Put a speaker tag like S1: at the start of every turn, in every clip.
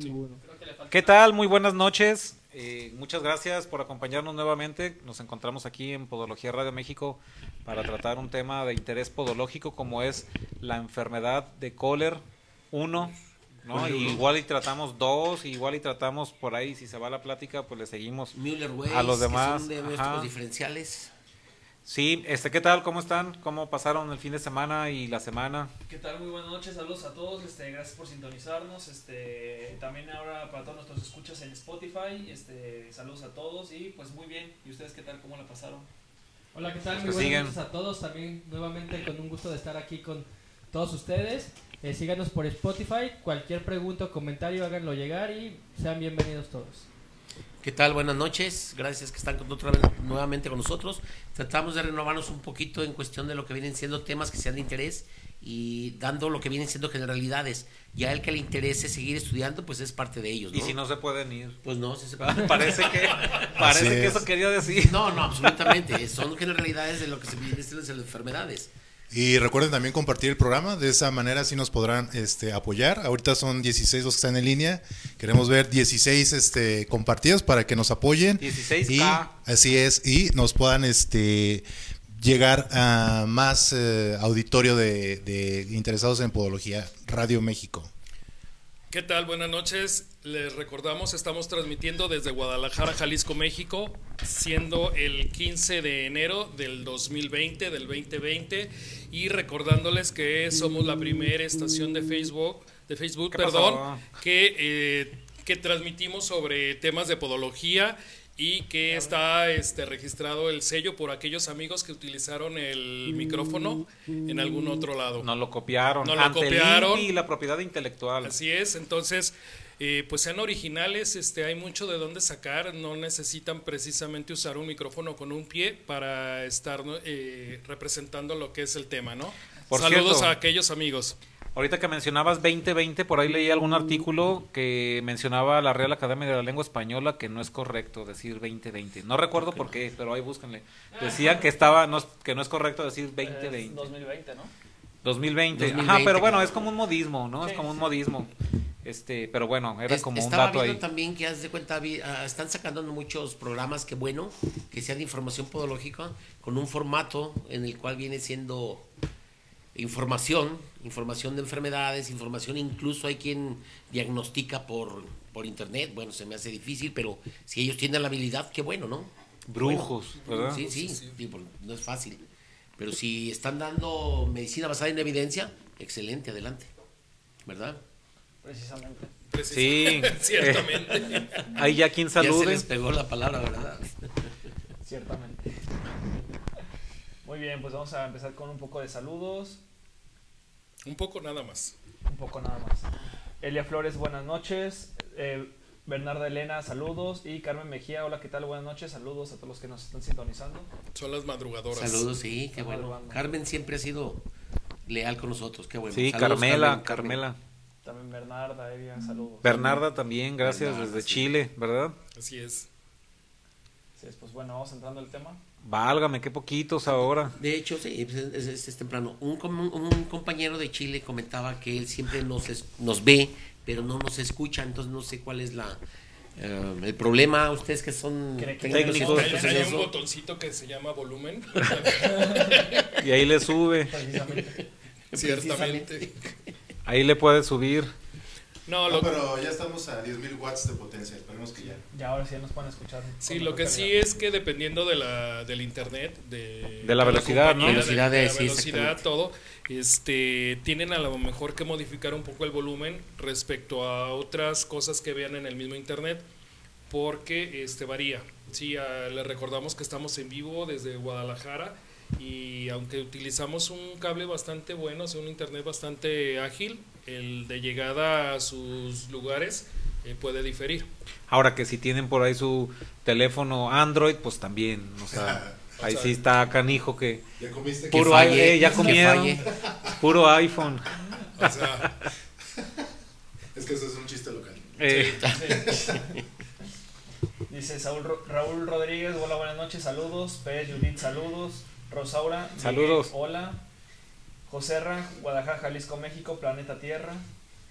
S1: Sí, bueno.
S2: ¿Qué tal? Muy buenas noches. Eh, muchas gracias por acompañarnos nuevamente. Nos encontramos aquí en Podología Radio México para tratar un tema de interés podológico como es la enfermedad de Kohler 1. ¿no? Y igual y tratamos dos, y igual y tratamos por ahí, si se va la plática, pues le seguimos
S3: Müller Weiss,
S2: a los
S3: que
S2: demás.
S3: son de
S2: Ajá.
S3: nuestros diferenciales.
S2: Sí, este, ¿qué tal? ¿Cómo están? ¿Cómo pasaron el fin de semana y la semana?
S4: ¿Qué tal? Muy buenas noches, saludos a todos, este, gracias por sintonizarnos, este, también ahora para todos nuestros escuchas en Spotify, este, saludos a todos y pues muy bien, ¿y ustedes qué tal? ¿Cómo la pasaron?
S5: Hola, ¿qué tal?
S2: Los que
S5: Muy buenas
S2: siguen.
S5: noches a todos. También nuevamente con un gusto de estar aquí con todos ustedes. Eh, síganos por Spotify. Cualquier pregunta o comentario háganlo llegar y sean bienvenidos todos.
S3: ¿Qué tal? Buenas noches. Gracias que están con otra vez nuevamente con nosotros. Tratamos de renovarnos un poquito en cuestión de lo que vienen siendo temas que sean de interés y dando lo que vienen siendo generalidades. Ya el que le interese seguir estudiando, pues es parte de ellos, ¿no?
S2: Y si no se pueden ir.
S3: Pues no, sí se puede.
S2: Parece que, parece
S6: Así
S2: que
S6: es.
S2: eso quería decir.
S3: No, no, absolutamente. Son generalidades de lo que se vienen siendo las enfermedades.
S6: Y recuerden también compartir el programa, de esa manera sí nos podrán este, apoyar. Ahorita son 16 los que están en línea, queremos ver 16 este, compartidas para que nos apoyen.
S2: 16K.
S6: Y así es, y nos puedan este, llegar a más eh, auditorio de, de interesados en Podología Radio México.
S7: ¿Qué tal? Buenas noches. Les recordamos, estamos transmitiendo desde Guadalajara, Jalisco, México, siendo el 15 de enero del 2020, del 2020, y recordándoles que somos la primera estación de Facebook, de Facebook,
S2: ¿Qué pasó?
S7: perdón, que, eh, que transmitimos sobre temas de podología y que está este, registrado el sello por aquellos amigos que utilizaron el micrófono en algún otro lado.
S2: Nos lo copiaron.
S7: Nos lo
S2: Ante el
S7: copiaron.
S2: INPI y la propiedad intelectual.
S7: Así es, entonces, eh, pues sean originales, este, hay mucho de dónde sacar, no necesitan precisamente usar un micrófono con un pie para estar ¿no? eh, representando lo que es el tema, ¿no?
S2: Por
S7: Saludos
S2: cierto.
S7: a aquellos amigos.
S2: Ahorita que mencionabas 2020, por ahí leí algún artículo que mencionaba la Real Academia de la Lengua Española que no es correcto decir 2020. No recuerdo por qué, pero ahí búsquenle. Decían que estaba no es- que no es correcto decir
S4: Es
S2: 2020.
S4: 2020, ¿no?
S2: 2020.
S3: 2020,
S2: Ajá, pero bueno,
S3: claro.
S2: es como un modismo, ¿no? Es como un modismo. Este, pero bueno, era
S3: Es-
S2: como un
S3: estaba
S2: dato
S3: viendo
S2: ahí.
S3: también que haz de cuenta vi- ah, están sacando muchos programas que bueno que sean de información podológica con un formato en el cual viene siendo información información de enfermedades información incluso hay quien diagnostica por por internet bueno se me hace difícil pero si ellos tienen la habilidad qué bueno no
S2: Brujos,
S3: Bueno,
S2: ¿verdad?
S3: sí sí, digo, no es fácil pero si están dando medicina basada en evidencia excelente adelante verdad
S4: Precisamente.
S2: Sí. Eh,
S7: Ciertamente.
S2: Ahí ya quien
S3: ya se
S2: salude.
S3: les pegó la palabra verdad
S4: Ciertamente. Muy bien, pues vamos a empezar con un poco de saludos,
S7: Un poco nada más.
S4: un poco nada más. Elia Flores, buenas noches. Eh, Bernarda Elena, saludos. Y Carmen Mejía, hola, ¿qué tal? Buenas noches, saludos a todos los que nos están sintonizando.
S7: Son las madrugadoras.
S3: Saludos, sí, qué bueno.
S4: Saludando.
S3: Carmen siempre ha sido leal con nosotros, qué bueno.
S2: Sí,
S3: Saludos,
S2: Carmela,
S3: Carmen,
S2: Carmela.
S4: También Bernarda, Elia, saludos.
S2: Bernarda también, gracias
S3: Bernarda,
S2: desde
S3: sí.
S2: Chile, ¿verdad?
S7: Así es.
S4: Así es, pues bueno, vamos entrando al tema.
S2: Válgame, qué poquitos ahora.
S3: De hecho, sí, es, es- es- es temprano. Un, com- un compañero de Chile comentaba que él siempre nos, es- nos ve, pero no nos escucha, entonces no sé cuál es la eh, el problema. Ustedes que son
S4: ¿Creen que
S2: Técnicos,
S3: técnicos,
S7: Hay,
S3: pues,
S7: hay
S3: ellos
S7: un
S3: son-
S7: botoncito que se llama volumen.
S2: Y ahí le sube,
S4: Precisamente.
S7: Ciertamente.
S2: ahí le puede subir.
S7: No, lo,
S6: pero ya estamos a 10.000 watts de potencia, esperemos que ya.
S4: Ya ahora sí ya nos pueden escuchar.
S7: sí,
S4: con
S7: lo que
S4: mejor
S7: sí
S4: calidad.
S7: es que dependiendo de la, del internet, de,
S2: De la velocidad, ¿no?
S7: compañía, de-
S3: Velocidad,
S7: de la
S3: sí,
S7: velocidad,
S3: exactamente.
S7: todo, este, tienen a lo mejor que modificar un poco el volumen respecto a otras cosas que vean en el mismo internet, porque este varía. Sí, ah, les recordamos que estamos en vivo desde Guadalajara y aunque utilizamos un cable bastante bueno, o sea, un internet bastante ágil, el de llegada a sus lugares eh, puede diferir.
S2: Ahora que si tienen por ahí su teléfono Android, pues también, o sea, ahí sí está canijo que
S6: ¿Ya comiste?
S2: puro
S3: falle,
S2: i- eh, ya
S3: que
S2: comieron,
S3: falle.
S2: puro iPhone.
S7: O sea,
S6: Es que eso es un chiste local.
S2: Eh,
S4: Dice Saúl Ro- Raúl Rodríguez, hola, buenas noches, saludos. Pérez Judith, saludos. Rosaura, Miguel,
S2: Saludos.
S4: hola. Joserra, Guadalajara, Jalisco, México, Planeta Tierra.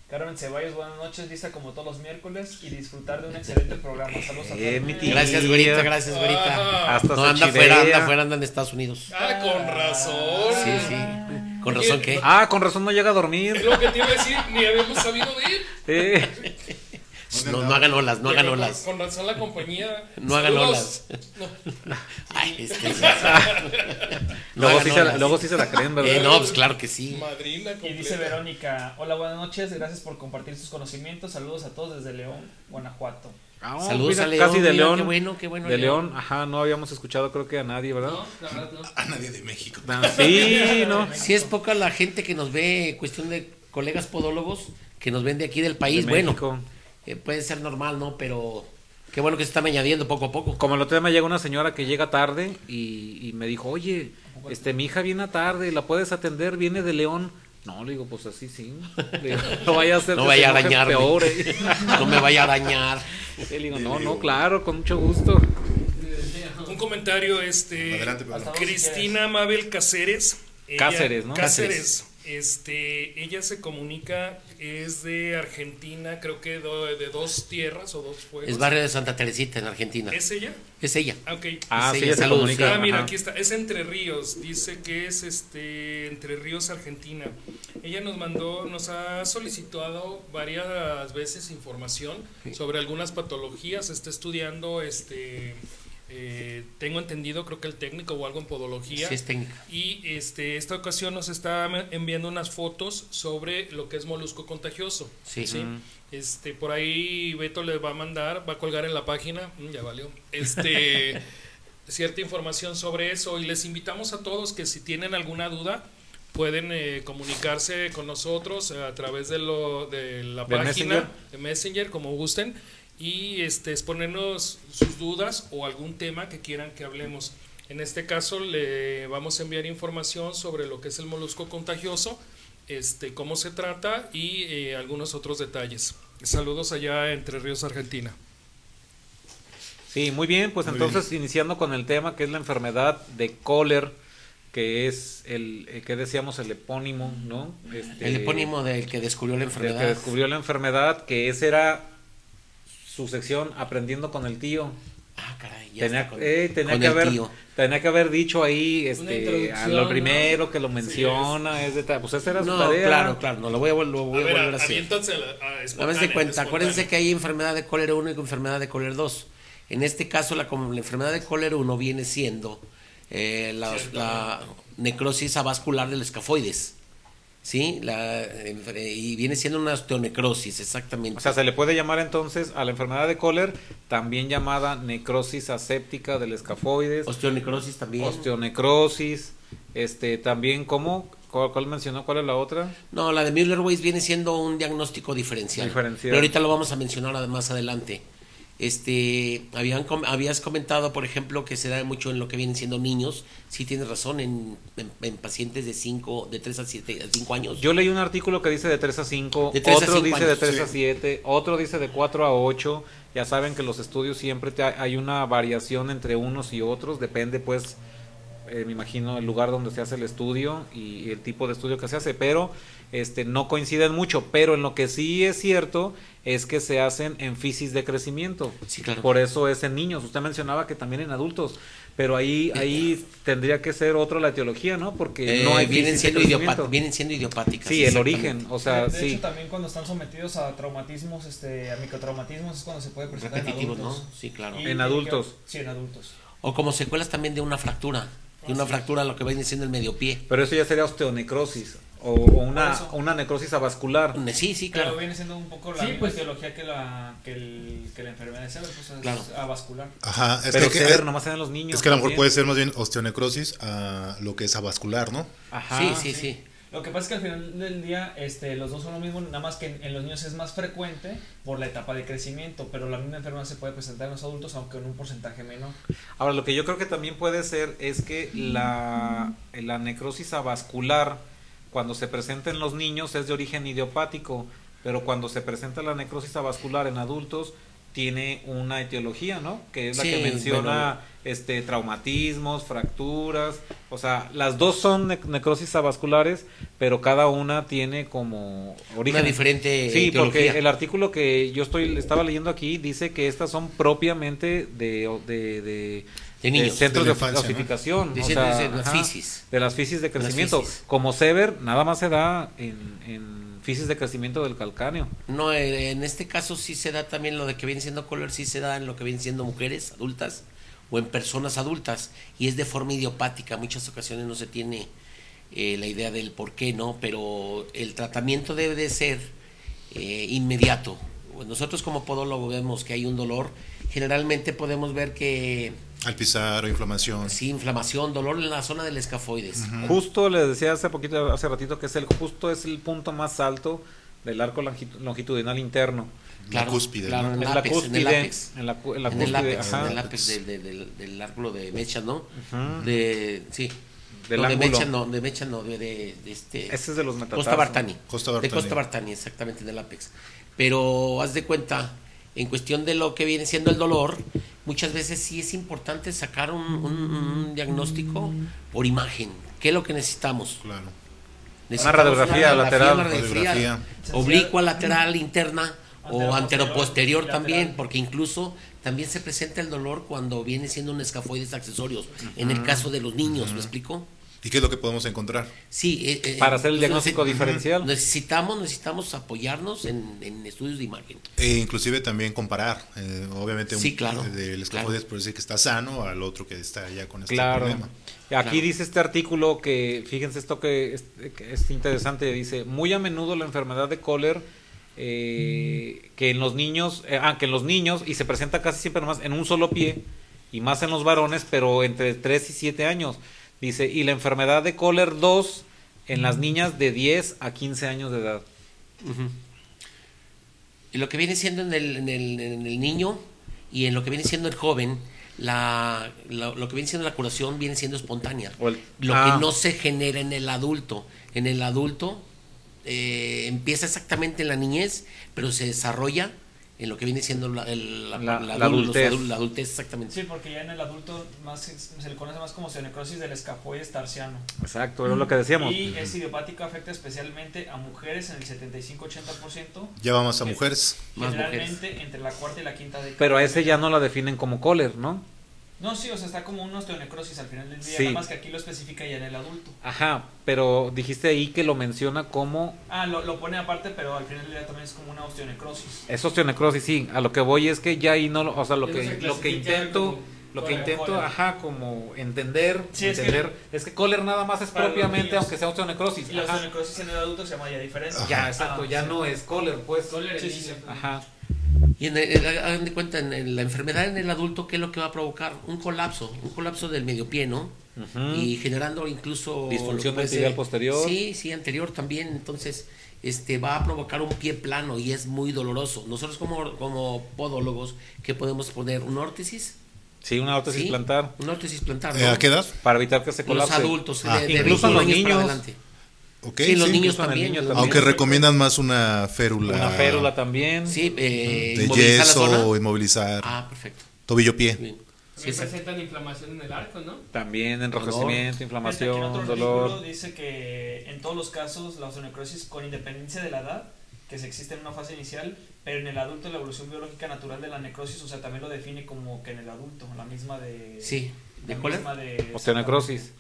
S4: Carmen Ceballos, buenas noches, lista como todos los miércoles y disfrutar de un excelente programa. Saludos a todos.
S2: Eh, mi tía.
S3: Gracias, güerita, gracias, güerita.
S7: Ah,
S2: Hasta
S3: No, anda
S2: Xochidea.
S3: afuera, anda afuera, anda en Estados Unidos.
S7: ah, con razón.
S3: Sí, sí. Con razón que.
S2: Ah, con razón no llega a
S7: Es
S2: dormir.
S7: lo que te iba a decir, ni habíamos sabido de él.
S2: Eh,
S3: No, no hagan olas, no hagan
S7: Pero
S3: olas.
S7: Con, con razón la compañía.
S3: No hagan
S7: Saludos.
S3: Ay, es que sí. No
S2: luego,
S3: hagan
S2: sí se la,
S3: olas.
S2: luego sí se la creen, ¿verdad?
S3: Eh, no, pues claro que sí.
S7: Madrina
S4: Y
S7: completa.
S4: dice Verónica, hola, buenas noches, gracias por compartir sus conocimientos. Saludos a todos desde León, Guanajuato.
S2: Ah, no,
S3: Saludos
S2: mira,
S3: a León,
S2: Casi de
S3: mira,
S2: León.
S3: qué bueno, qué bueno,
S2: De
S3: León.
S2: León, ajá, no habíamos escuchado creo que a nadie, ¿verdad?
S5: No, la verdad no.
S6: A nadie de México.
S2: Ah, Sí, no.
S3: Si es poca la gente que nos ve, cuestión de colegas podólogos que nos ven de aquí del país,
S2: De
S3: bueno,
S2: México.
S3: eh, puede ser normal, ¿no? Pero qué bueno que se están añadiendo poco a poco.
S2: Como el otro día me llega una señora que llega tarde y, y me dijo, oye, este, mi hija viene tarde, ¿la puedes atender? Viene de León. No, le digo, pues así sí. Le digo, no vaya a ser
S3: No
S2: que
S3: vaya a
S2: se enoje
S3: dañarme.
S2: peor. ¿eh".
S3: No me vaya a dañar.
S2: Le digo, no, no, claro, con mucho gusto.
S7: Un comentario, este.
S6: Adelante, Pablo.
S7: Cristina Mabel Cáceres. ella-
S2: Cáceres, ¿no?
S7: Cáceres. Este, ella se comunica, es de Argentina, creo que do- de dos tierras o dos fuegos.
S3: Es barrio de Santa Teresita, en Argentina.
S7: ¿Es ella?
S3: Es ella.
S7: Ah, ok.
S2: Ah,
S3: Sí,
S2: sí, ya se
S3: saludos,
S2: comunica.
S7: Ah, mira,
S2: ajá.
S7: aquí está. Es Entre Ríos. Dice que es este Entre Ríos, Argentina. Ella nos mandó, nos ha solicitado varias veces información sobre algunas patologías. Está estudiando, este, eh, tengo entendido, creo que el técnico o algo en
S3: Sí,
S7: podología.
S3: es técnica.
S7: Y este, esta ocasión nos está me- enviando unas fotos sobre lo que es molusco contagioso.
S3: Sí.
S7: Este, por ahí Beto le va a mandar, va a colgar en la página, mm, ya valió, este, cierta información sobre eso y les invitamos a todos que si tienen alguna duda pueden eh, comunicarse con nosotros a través de, lo, de la
S2: ¿De
S7: página
S2: Messenger?
S7: de Messenger, como gusten, y este, exponernos sus dudas o algún tema que quieran que hablemos. En este caso le vamos a enviar información sobre lo que es el molusco contagioso, este, cómo se trata y eh, algunos otros detalles. Saludos allá a Entre Ríos, Argentina.
S2: Sí, muy bien, pues entonces iniciando con el tema que es la enfermedad de Kohler, que es el eh, que decíamos el epónimo, ¿no? Este,
S3: El epónimo del que descubrió la
S2: del
S3: enfermedad.
S2: que descubrió la enfermedad, que ese era su sección aprendiendo con el tío.
S3: Ah, caray. ya
S2: tenía,
S3: está con-
S2: eh, tenía
S3: con
S2: que
S3: el
S2: haber
S3: tío.
S2: tenía que haber dicho ahí este a
S5: introducción,
S2: lo
S5: ¿no?
S2: primero que lo menciona es de tal, pues esa era su
S3: No,
S2: tarea
S3: claro, claro. No, lo voy a, vol- lo voy a volver a hacer. Háganse
S7: de
S3: cuenta, acuérdense que hay enfermedad de cólera 1 y enfermedad de cólera 2. En este caso, la, com- la enfermedad de cólera 1 viene siendo eh, la, la necrosis avascular del escafoides. ¿Sí? La, enfer- y viene siendo una osteonecrosis, exactamente.
S2: o sea se le puede llamar entonces a la enfermedad de Kohler también llamada necrosis aséptica del
S3: Pues,
S2: escafoides
S3: osteonecrosis también.
S2: osteonecrosis este también cómo cuál, cuál mencionó cuál es la otra
S3: No, la de Müller Weiss viene siendo un diagnóstico diferencial.
S2: Diferencial.
S3: Pero ahorita lo vamos a mencionar ad- más adelante. Este, habían com- habías comentado, por ejemplo, que se da mucho en lo que vienen siendo niños. Sí tienes razón en, en- en pacientes de 5, de 3 a 7, a 5 años.
S2: Yo leí un artículo que dice de 3 a 5,
S3: De 3 a
S2: otro
S3: 5
S2: dice
S3: años,
S2: de 3 a
S3: sí.
S2: 7, otro dice de 4 a 8. Ya saben que los estudios siempre te- hay una variación entre unos y otros, depende pues, eh, me imagino, el lugar donde se hace el estudio y, el tipo de estudio que se hace, pero este no coinciden mucho. Pero en lo que sí es cierto es que se hacen en fisis de crecimiento.
S3: Sí, claro.
S2: Por eso es en niños. Usted mencionaba que también en adultos, pero ahí ahí tendría que ser otra la etiología, ¿no? Porque
S3: Eh,
S2: no hay
S3: vienen,
S2: fisis de
S3: siendo
S2: crecimiento.
S3: idiopat- vienen siendo idiopáticas.
S2: Sí, el
S3: exactamente.
S2: origen, o sea,
S4: Ah, de
S2: sí.
S4: hecho, también cuando están sometidos a traumatismos, este, a microtraumatismos, es cuando se puede presentar en
S3: Repetitivos,
S4: adultos.
S3: ¿no? Sí, claro.
S4: Y
S2: En
S4: tiene
S2: adultos.
S4: que- sí, en adultos.
S3: O como secuelas también de una fractura. De una fractura, lo que viene siendo el medio pie.
S2: Pero eso ya sería osteonecrosis o, o una,
S4: Por eso.
S2: una necrosis avascular.
S3: Sí, sí,
S4: Pero
S3: claro.
S4: viene siendo un poco la
S5: Sí,
S4: misma
S5: pues.
S4: teología que la, que el, que la enfermedad de Sever, pues es
S3: Claro.
S4: avascular.
S6: Ajá, es
S2: Pero
S6: que, eh,
S2: que,
S6: es,
S2: nomás eran los niños.
S6: es que a lo mejor
S2: también.
S6: puede ser más bien osteonecrosis a lo que es avascular, ¿no?
S2: Ajá.
S3: sí, ah, sí, sí.
S4: Lo que pasa es que al final del día este, los dos son lo mismo, nada más que en, en los niños es más frecuente por la etapa de crecimiento, pero la misma enfermedad se puede presentar en los adultos, aunque en un porcentaje menor.
S2: Ahora, lo que yo creo que también puede ser es que la, la necrosis avascular, cuando se presenta en los niños, es de origen idiopático, pero cuando se presenta la necrosis avascular en adultos, tiene una etiología, ¿no? Que es la
S3: Sí,
S2: que menciona este traumatismos, fracturas, o sea, las dos son ne- necrosis avasculares, pero cada una tiene como origen
S3: Una diferente
S2: Sí,
S3: etiología.
S2: porque el artículo que yo estoy estaba leyendo aquí dice que estas son propiamente de de, de-
S3: De niños.
S2: centros
S6: De la
S2: de,
S6: infancia, ¿no?
S2: ossificación,
S3: De
S2: o
S3: centros
S2: sea,
S3: de las
S2: ajá,
S3: fisis.
S2: de las fisis de
S3: las
S2: crecimiento.
S3: fisis.
S2: Como Sever, nada más se da en, en fisis de crecimiento del calcáneo.
S3: No, eh, en este caso sí se da también lo de que viene siendo color, sí se da en lo que vienen siendo mujeres adultas o en personas adultas y es de forma idiopática. Muchas ocasiones no se tiene eh, la idea del por qué, ¿no? Pero el tratamiento debe de ser eh, inmediato. Nosotros como podólogo vemos que hay un dolor, generalmente podemos ver que pues
S6: Al pisar o inflamación.
S3: sí, inflamación, dolor en la zona del escafoides.
S2: Justo les decía hace poquito, hace ratito que es el justo es el punto más alto del arco longitu- longitudinal interno.
S3: Claro,
S6: la cúspide.
S3: claro,
S6: ¿no?
S3: Ah, En
S2: En
S3: el
S2: la
S3: ápex, en el
S2: cúspide,
S3: ápex.
S2: en la cu- en la
S3: en el
S2: cúspide,
S3: lápiz,
S2: ajá.
S3: en el lápiz del, del, del, del ángulo de mecha, ¿no?
S2: Ujú.
S3: De, sí.
S2: Del
S3: no, de
S2: ángulo.
S3: mecha no, de mecha no, de, de- de este...
S2: Ese es de los metatarsos.
S3: Costa Bartani.
S6: Costa
S3: De
S6: Bartani.
S3: Costa Bartani, exactamente, del Apex. Pero haz de cuenta, en cuestión de lo que viene siendo el dolor, muchas veces sí es importante sacar un, un- un diagnóstico por imagen. ¿Qué es lo que necesitamos?
S6: Claro.
S3: Necesitamos
S2: radiografía lateral,
S3: una radiografía
S6: radiografía.
S3: oblicua, lateral, interna o
S4: Anteroposterior,
S3: anteroposterior
S4: y
S3: también,
S4: lateral.
S3: porque incluso también se presenta el dolor cuando viene siendo un escafoides accesorios, en el caso de los niños, ¿me explico?
S6: ¿Y qué es lo que podemos encontrar?
S3: Sí. eh, eh,
S2: Para hacer el
S3: entonces,
S2: diagnóstico
S3: nece-
S2: diferencial.
S3: Necesitamos, necesitamos apoyarnos en, en estudios de imagen.
S6: E inclusive también comparar, eh, obviamente,
S3: Sí, claro,
S6: del escafoides por decir que está sano al otro que está ya con este
S2: Claro.
S6: problema.
S2: Aquí
S3: Claro.
S2: dice este artículo que, fíjense esto que es, que es interesante, dice, muy a menudo la enfermedad de Kohler, eh, que en los niños, eh, ah, que en los niños, y se presenta casi siempre nomás en un solo pie, y más en los varones, pero entre 3 y 7 años, dice, y la enfermedad de Kohler 2 en las niñas de 10 a 15 años de edad.
S3: Y lo que viene siendo en el, en el, en el niño y en lo que viene siendo el joven, la, la- lo que viene siendo la curación viene siendo espontánea.
S2: O el-
S3: lo
S2: Ah.
S3: que no se genera en el adulto. En el adulto eh, empieza exactamente en la niñez, pero se desarrolla en lo que viene siendo la, el- la-
S2: La-
S3: la
S2: la
S3: adul- los
S2: adultez.
S3: adul- la adultez, exactamente.
S4: Sí, porque ya en el adulto más es- se le conoce más como necrosis del escafoides tarsiano.
S2: Exacto, era lo que decíamos.
S4: Y
S3: eh,
S4: es idiopática, afecta especialmente a mujeres en el 75-80%,
S6: Ya vamos a mujeres.
S3: Más
S4: generalmente entre la cuarta y la quinta década.
S2: Pero a ese ya no la definen como Kohler, ¿no?
S4: No, sí, o sea, está como una osteonecrosis al final del día,
S2: Sí.
S4: nada más que aquí lo especifica ya en el adulto.
S2: Ajá, pero dijiste ahí que lo menciona como
S4: Ah, lo, lo pone aparte, pero al final del día también es como una osteonecrosis.
S2: Es osteonecrosis, sí. A lo que voy es que ya ahí no, lo- o sea, lo
S5: Ya no
S2: que
S5: se
S2: lo que
S5: clasifica
S2: intento,
S5: como
S2: lo que
S4: cólera,
S2: intento,
S4: cólera.
S2: ajá, como entender,
S4: Sí, es que-
S2: entender, es que cólera nada más es
S4: Para los
S2: propiamente,
S4: niños.
S2: aunque sea osteonecrosis,
S4: Y la
S2: ajá.
S4: osteonecrosis en el adulto se llama ya Ah, diferente.
S2: Ya, exacto, ya no es cólera, pues.
S5: Cólera,
S4: Sí, sí, sí.
S2: Ajá.
S3: Y en el- el- hagan de cuenta, en el- la enfermedad en el adulto, ¿qué es lo que va a provocar? Un colapso, un colapso del medio pie, ¿no? Y generando incluso...
S2: Disfunción
S3: lo que puede
S2: vertebral
S3: ser-
S2: posterior.
S3: Sí, sí, anterior también. Entonces, este va a provocar un pie plano y es muy doloroso. Nosotros como, como podólogos, ¿qué podemos poner? ¿Una órtesis?
S2: Sí, una órtesis
S3: ¿Sí?
S2: plantar
S3: Una órtesis plantar.
S6: Eh, ¿A qué edad?
S2: para evitar que se
S3: Con los
S2: colapse.
S3: adultos.
S6: Ah.
S2: Incluso los
S3: 21 años para
S2: niños.
S3: adelante.
S6: Ok,
S3: sí, los
S6: sí.
S3: niños
S2: incluso en el
S3: también.
S2: niño
S3: los
S2: también.
S6: Aunque
S3: niños.
S6: recomiendan más una férula.
S2: Una férula también.
S3: Sí, eh,
S6: De
S3: inmovilizar la
S6: yeso
S3: zona.
S6: o inmovilizar.
S3: Ah, perfecto.
S6: Tobillo-pie.
S3: Bien. Sí,
S5: Sí,
S3: exacto.
S5: presentan inflamación en el arco, ¿no?
S2: También enrojecimiento,
S4: Fíjate, aquí en otro
S2: inflamación,
S4: artículo
S2: dolor.
S4: Dice que en todos los casos la osteonecrosis, con independencia de la edad, que se existe en una fase inicial, pero en el adulto la evolución biológica natural de la necrosis, o sea, también lo define como que en el adulto, la misma de...
S3: Sí,
S4: la
S3: ¿de cólera?
S4: misma de-
S2: Osteonecrosis.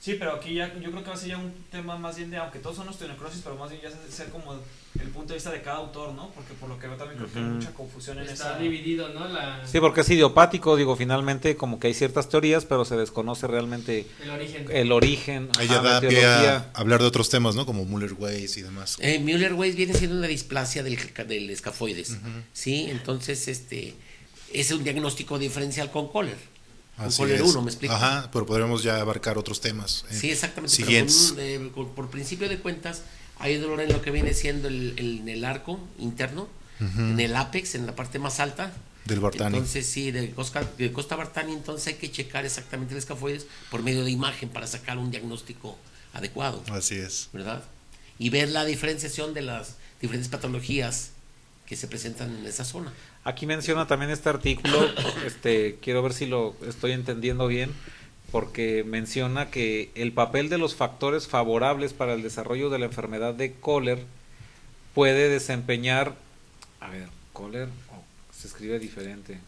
S4: Sí, pero aquí ya, yo creo que va a ser ya un tema más bien de, aunque todos son osteonecrosis, pero más bien ya ser- ser como el punto de vista de cada autor, ¿no? Porque por lo que veo también creo que hay
S2: Ujú.
S4: mucha confusión en
S5: Está
S4: esa...
S5: dividido, ¿no? La,
S2: Sí, porque es idiopático, digo, finalmente como que hay ciertas teorías, pero se desconoce realmente
S5: El origen.
S2: el origen, ajá,
S3: Ah,
S6: Ahí ya da
S2: la
S6: pie a
S2: etiología.
S6: hablar de otros temas, ¿no? Como Muller-Weiss y demás.
S3: Eh, Müller Weiss viene siendo una displasia del, del escafoides. Sí, entonces este es un diagnóstico diferencial con Kohler. Con
S6: Así
S3: Kohler
S6: es.
S3: 1, me explico.
S6: Ajá, pero podremos ya abarcar otros temas. eh,
S3: Sí, exactamente. pero
S6: Siguientes.
S3: con un, eh, con- por principio de cuentas, hay dolor en lo que viene siendo el, el- en el arco interno, en el ápex, en la parte más alta.
S6: Del Bartani.
S3: Entonces, sí, de Costa, de Costa Bartani, entonces hay que checar exactamente el escafoides por medio de imagen para sacar un diagnóstico adecuado.
S6: Así es.
S3: ¿verdad? Y ver la diferenciación de las diferentes patologías que se presentan en esa zona.
S2: Aquí menciona también este artículo, este, quiero ver si lo estoy entendiendo bien, porque menciona que el papel de los factores favorables para el desarrollo de la enfermedad de Kohler puede desempeñar, a ver, Kohler oh, se escribe diferente.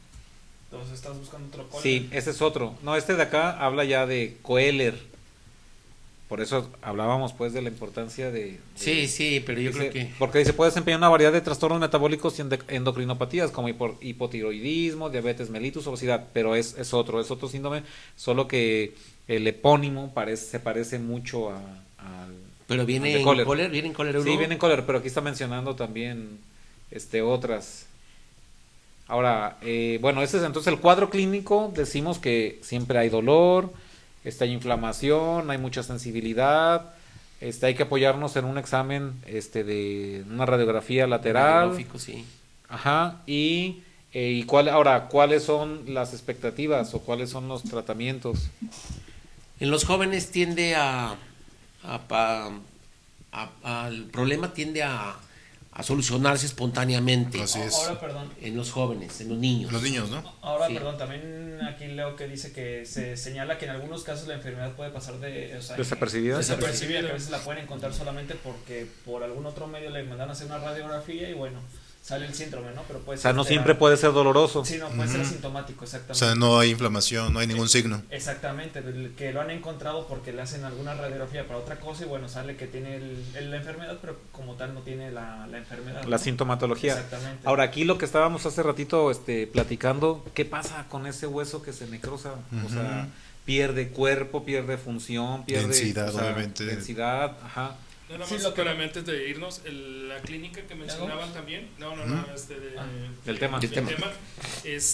S4: Entonces estás buscando otro color.
S2: Sí, ese es otro. No, este de acá habla ya de Kohler. Por eso hablábamos pues de la importancia de... de-
S3: Sí, sí, pero yo creo
S2: Dice-
S3: que...
S2: Porque dice, puede desempeñar una variedad de trastornos metabólicos y ende- endocrinopatías, como hipo- hipotiroidismo, diabetes mellitus, obesidad, pero es, es otro, es otro síndrome, solo que el epónimo parece, se parece mucho a, al...
S3: Pero
S2: al de
S3: viene en
S2: cólera.
S3: cólera, viene en cólera
S2: Sí,
S3: uno.
S2: viene en cólera, pero aquí está mencionando también este, otras. Ahora, eh, bueno, ese es entonces el cuadro clínico. Decimos que siempre hay dolor, está hay inflamación, hay mucha sensibilidad. Este, hay que apoyarnos en un examen este, de una radiografía lateral.
S3: Gráfico, sí.
S2: Ajá. Y, eh, y cuál, ahora, ¿cuáles son las expectativas o cuáles son los tratamientos?
S3: En los jóvenes tiende a, a- a- a- al problema tiende a, a solucionarse espontáneamente.
S6: Así es.
S4: Ahora, perdón.
S3: En los jóvenes, en los niños.
S6: Los niños, ¿no?
S4: Ahora,
S3: Sí.
S4: perdón, también aquí leo que dice que se señala que en algunos casos la enfermedad puede pasar de... O sea,
S2: ¿Desapercibidas?
S4: Desapercibida, que a veces la pueden encontrar solamente porque por algún otro medio le mandan a hacer una radiografía y bueno, sale el síndrome, ¿no? Pero puede
S2: O sea, no
S4: ser-
S2: siempre puede ser doloroso.
S4: Sí, no, puede ser
S6: Ujú.
S4: asintomático,
S6: O
S4: exactamente.
S6: sea, no hay inflamación, no hay ningún signo.
S4: Exactamente, el que lo han encontrado porque le hacen alguna radiografía para otra cosa y bueno, sale que tiene el- el- la enfermedad, pero como tal no tiene la, la enfermedad.
S2: La
S4: ¿no?
S2: sintomatología.
S4: Exactamente.
S2: Ahora, aquí lo que estábamos hace ratito este, platicando, ¿qué pasa con ese hueso que se necrosa? O sea, pierde cuerpo, pierde función, pierde.
S6: Densidad,
S2: o sea,
S6: obviamente.
S2: Espera, ajá.
S7: Nada
S4: Sí,
S7: más,
S4: lo que-
S7: espérame, antes de irnos, el- la clínica que mencionaban también, no, no, no, este, de-
S4: Ah,
S2: del tema.
S7: del
S2: Del
S3: tema.
S7: tema,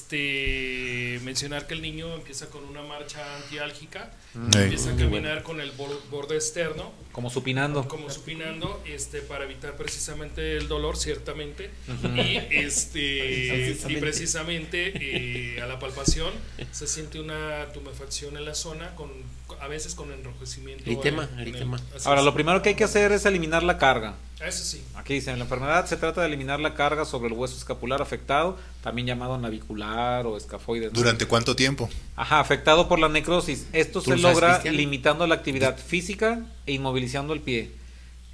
S7: este, mencionar que el niño empieza con una marcha antiálgica,
S3: Mm,
S6: Sí.
S7: empieza a
S2: Muy bueno.
S7: caminar con el bor- borde externo,
S2: Como supinando.
S7: como supinando, este, para evitar precisamente el dolor, ciertamente, y este, y
S3: Precisamente.
S7: precisamente eh, a la palpación se siente una tumefacción en la zona, con, a veces con enrojecimiento.
S3: Eritema,
S7: en el-
S3: eritema.
S7: así
S2: Ahora,
S7: es.
S2: lo primero que hay que hacer es eliminar la carga.
S7: Eso sí.
S2: Aquí dice, la enfermedad se trata de eliminar la carga sobre el hueso escapular afectado, también llamado navicular o escafoides. ¿no?
S6: ¿Durante cuánto tiempo?
S2: Ajá, afectado por la necrosis. Esto se
S3: ¿Tú lo sabes,
S2: logra
S3: Cristian?
S2: limitando la actividad física e inmovilizando el pie.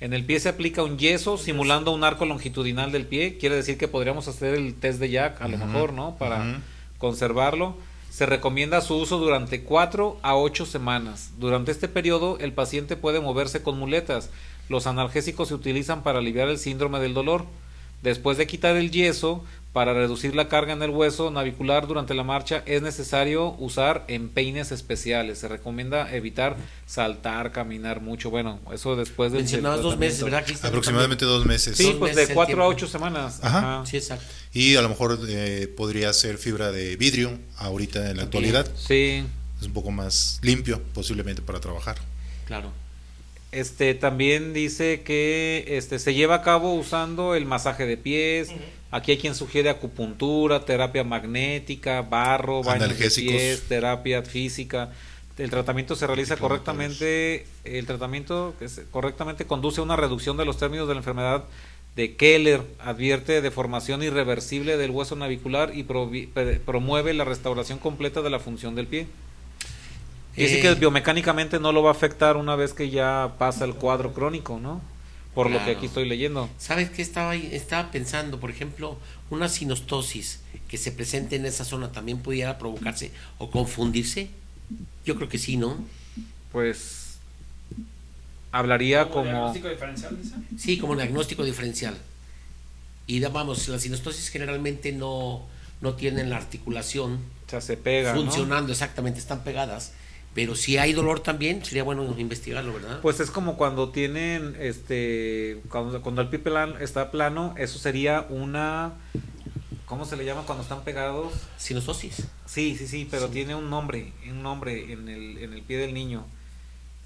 S2: En el pie se aplica un yeso simulando un arco longitudinal del pie. Quiere decir que podríamos hacer el test de Jack, a lo mejor, ¿no? Para
S6: ujú.
S2: conservarlo. Se recomienda su uso durante 4 a 8 semanas. Durante este periodo, el paciente puede moverse con muletas. Los analgésicos se utilizan para aliviar el síndrome del dolor. Después de quitar el yeso, para reducir la carga en el hueso navicular durante la marcha, es necesario usar empeines especiales. Se recomienda evitar saltar, caminar mucho. Bueno, eso después del
S3: Mencionabas
S2: del
S3: dos meses,
S2: tratamiento.
S3: ¿verdad, Cristian?
S6: Aproximadamente dos meses.
S2: Sí,
S3: Dos
S2: pues
S3: meses
S2: de
S3: el
S2: 4 a
S3: tiempo.
S2: 8 semanas.
S6: Ajá.
S3: Sí, exacto.
S6: Y a lo mejor eh, podría ser fibra de vidrio ahorita en la
S3: Ok.
S6: actualidad.
S2: Sí.
S6: Es un poco más limpio posiblemente para trabajar.
S3: Claro.
S2: Este también dice que este se lleva a cabo usando el masaje de pies. Aquí hay quien sugiere acupuntura, terapia magnética, barro, baños de
S6: Analgésicos.
S2: pies, terapia física. El tratamiento se realiza correctamente, el tratamiento que se- correctamente conduce a una reducción de los términos de la enfermedad de Keller, advierte deformación irreversible del hueso navicular y provi- pre- promueve la restauración completa de la función del pie. Quiere decir
S3: Eh,
S2: que biomecánicamente no lo va a afectar una vez que ya pasa el cuadro crónico, ¿no? Por lo que
S3: Claro.
S2: aquí estoy leyendo.
S3: ¿Sabes qué estaba, ahí? estaba pensando? Por ejemplo, una sinostosis que se presente en esa zona también pudiera provocarse o confundirse. Yo creo que sí, ¿no?
S2: Pues hablaría
S4: Como
S2: como...
S4: diagnóstico diferencial, dice.
S3: Sí, como diagnóstico diferencial. Y da- vamos, las sinostosis generalmente no, no tienen la articulación
S2: O sea, se pega. ¿no?
S3: funcionando exactamente, están pegadas. Pero si hay dolor también, sería bueno investigarlo, ¿verdad?
S2: Pues es como cuando tienen, este, cuando, cuando el pie plan- está plano, eso sería una... ¿Cómo se le llama cuando están pegados?
S3: sinostosis.
S2: Sí, sí, sí, pero tiene un nombre, un nombre en el, en el pie del niño.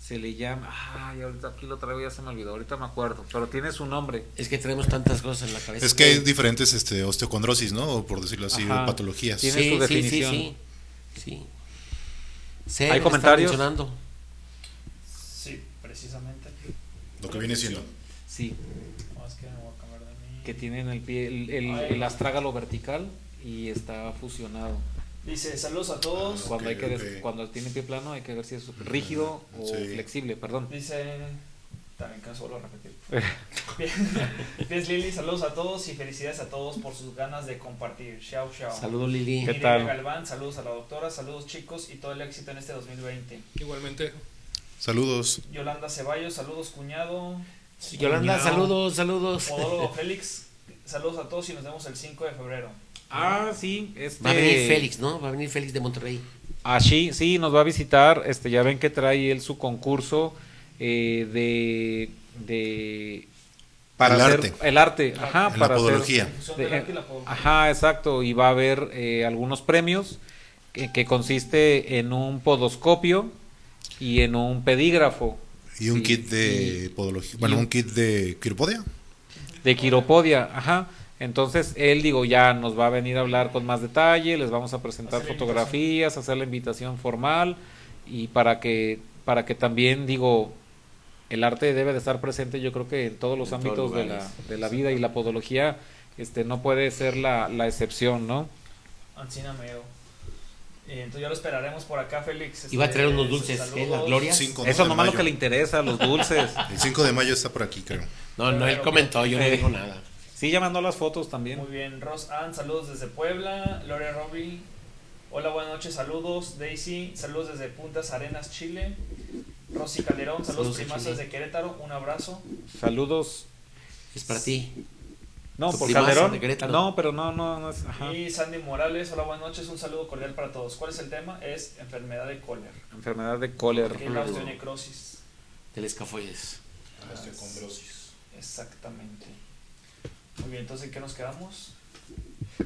S2: Se le llama... Ay, ahorita aquí lo traigo, ya se me olvidó, ahorita me acuerdo, pero tiene su nombre.
S3: Es que tenemos tantas cosas en la cabeza.
S6: Es que hay diferentes este, osteocondrosis, ¿no? O por decirlo así,
S2: Ajá.
S6: patologías.
S2: Tiene su definición.
S3: Sí, sí, sí. Sí,
S2: ¿Hay
S3: lo está
S2: comentarios?
S3: mencionando.
S4: Sí, precisamente.
S6: Lo que viene siendo.
S2: Sí,
S4: No, es que me voy a cambiar de mí.
S2: que tienen el pie, el, el-
S4: Ay.
S2: el astrágalo vertical y está fusionado.
S4: Dice, saludos a todos.
S6: Ah,
S2: Cuando
S6: Ok,
S2: hay que des-
S6: ok.
S2: cuando tiene pie plano hay que ver si es rígido o
S6: Sí.
S2: flexible, perdón.
S4: Dice, también que solo repetir. Pies- Pies Lili, saludos a todos y felicidades a todos por sus ganas de compartir. Chao, chao.
S3: Saludos, Lili.
S2: ¿Qué
S4: Irene
S2: tal?
S4: Galván, saludos a la doctora, saludos chicos y todo el éxito en este 2020.
S7: Igualmente.
S6: Saludos.
S4: Yolanda Ceballos, saludos cuñado.
S3: Yolanda,
S7: Miau.
S3: saludos, saludos.
S4: Podólogo Félix, saludos a todos y nos vemos el 5 de febrero.
S2: Ah, sí, este
S3: Va a venir Félix, ¿no? Va a venir Félix de Monterrey.
S2: Así, sí, nos va a visitar. Este, ya ven que trae él su concurso eh, de, de
S6: El
S2: hacer-
S6: arte.
S2: el arte, ajá,
S6: En la
S2: Ah, para hacer-
S6: podología.
S4: Fusión
S2: de-
S4: del arte y la podología.
S2: ajá, exacto. Y va a haber eh, algunos premios que, que consiste en un podoscopio y en un pedígrafo
S6: Y un
S2: Sí,
S6: kit de podología. Bueno,
S2: y-
S6: un kit de quiropodia.
S2: de quiropodia, ajá. Entonces él digo ya nos va a venir a hablar con más detalle, les vamos a presentar
S4: Hacer la
S2: fotografías, hacer la invitación formal y para que para que también digo el arte debe de estar presente yo creo que en todos los
S3: En todos
S2: ámbitos de la,
S3: lugares.
S2: de la vida y la podología este no puede ser la, la excepción, ¿no?
S4: Ancina Meo. Eh, entonces ya lo esperaremos por acá, Félix.
S3: Iba a traer unos
S4: Este,
S3: dulces,
S4: saludos.
S3: ¿eh? La Gloria.
S6: Cinco
S2: Eso
S6: de
S2: nomás lo
S6: mayo.
S2: que le interesa, los dulces.
S6: El 5 de mayo está por aquí, creo.
S3: No, no, él comentó, yo no
S2: Eh.
S3: digo nada.
S2: Sí, ya mandó las fotos también.
S4: Muy bien, Ros Ann, saludos desde Puebla. Lore Roby, hola, buenas noches, saludos. Daisy, saludos desde Puntas Arenas, Chile. Rosy Calderón,
S3: Saludos
S4: saludos,
S3: a
S4: primazos
S3: Chile.
S4: desde Querétaro, un abrazo.
S2: Saludos.
S3: Es para ti.
S2: No,
S3: Tu
S2: por
S3: primazo
S2: Calderón.
S3: de Querétaro.
S2: No, pero no, no, no es. Ajá.
S4: Y Sandy Morales, hola, buenas noches, un saludo cordial para todos. ¿Cuál es el tema? Es enfermedad de Kohler,
S2: Enfermedad de cólera.
S4: que es la osteonecrosis.
S3: Del escafoides.
S4: Exactamente. Muy bien, entonces, ¿en qué nos quedamos?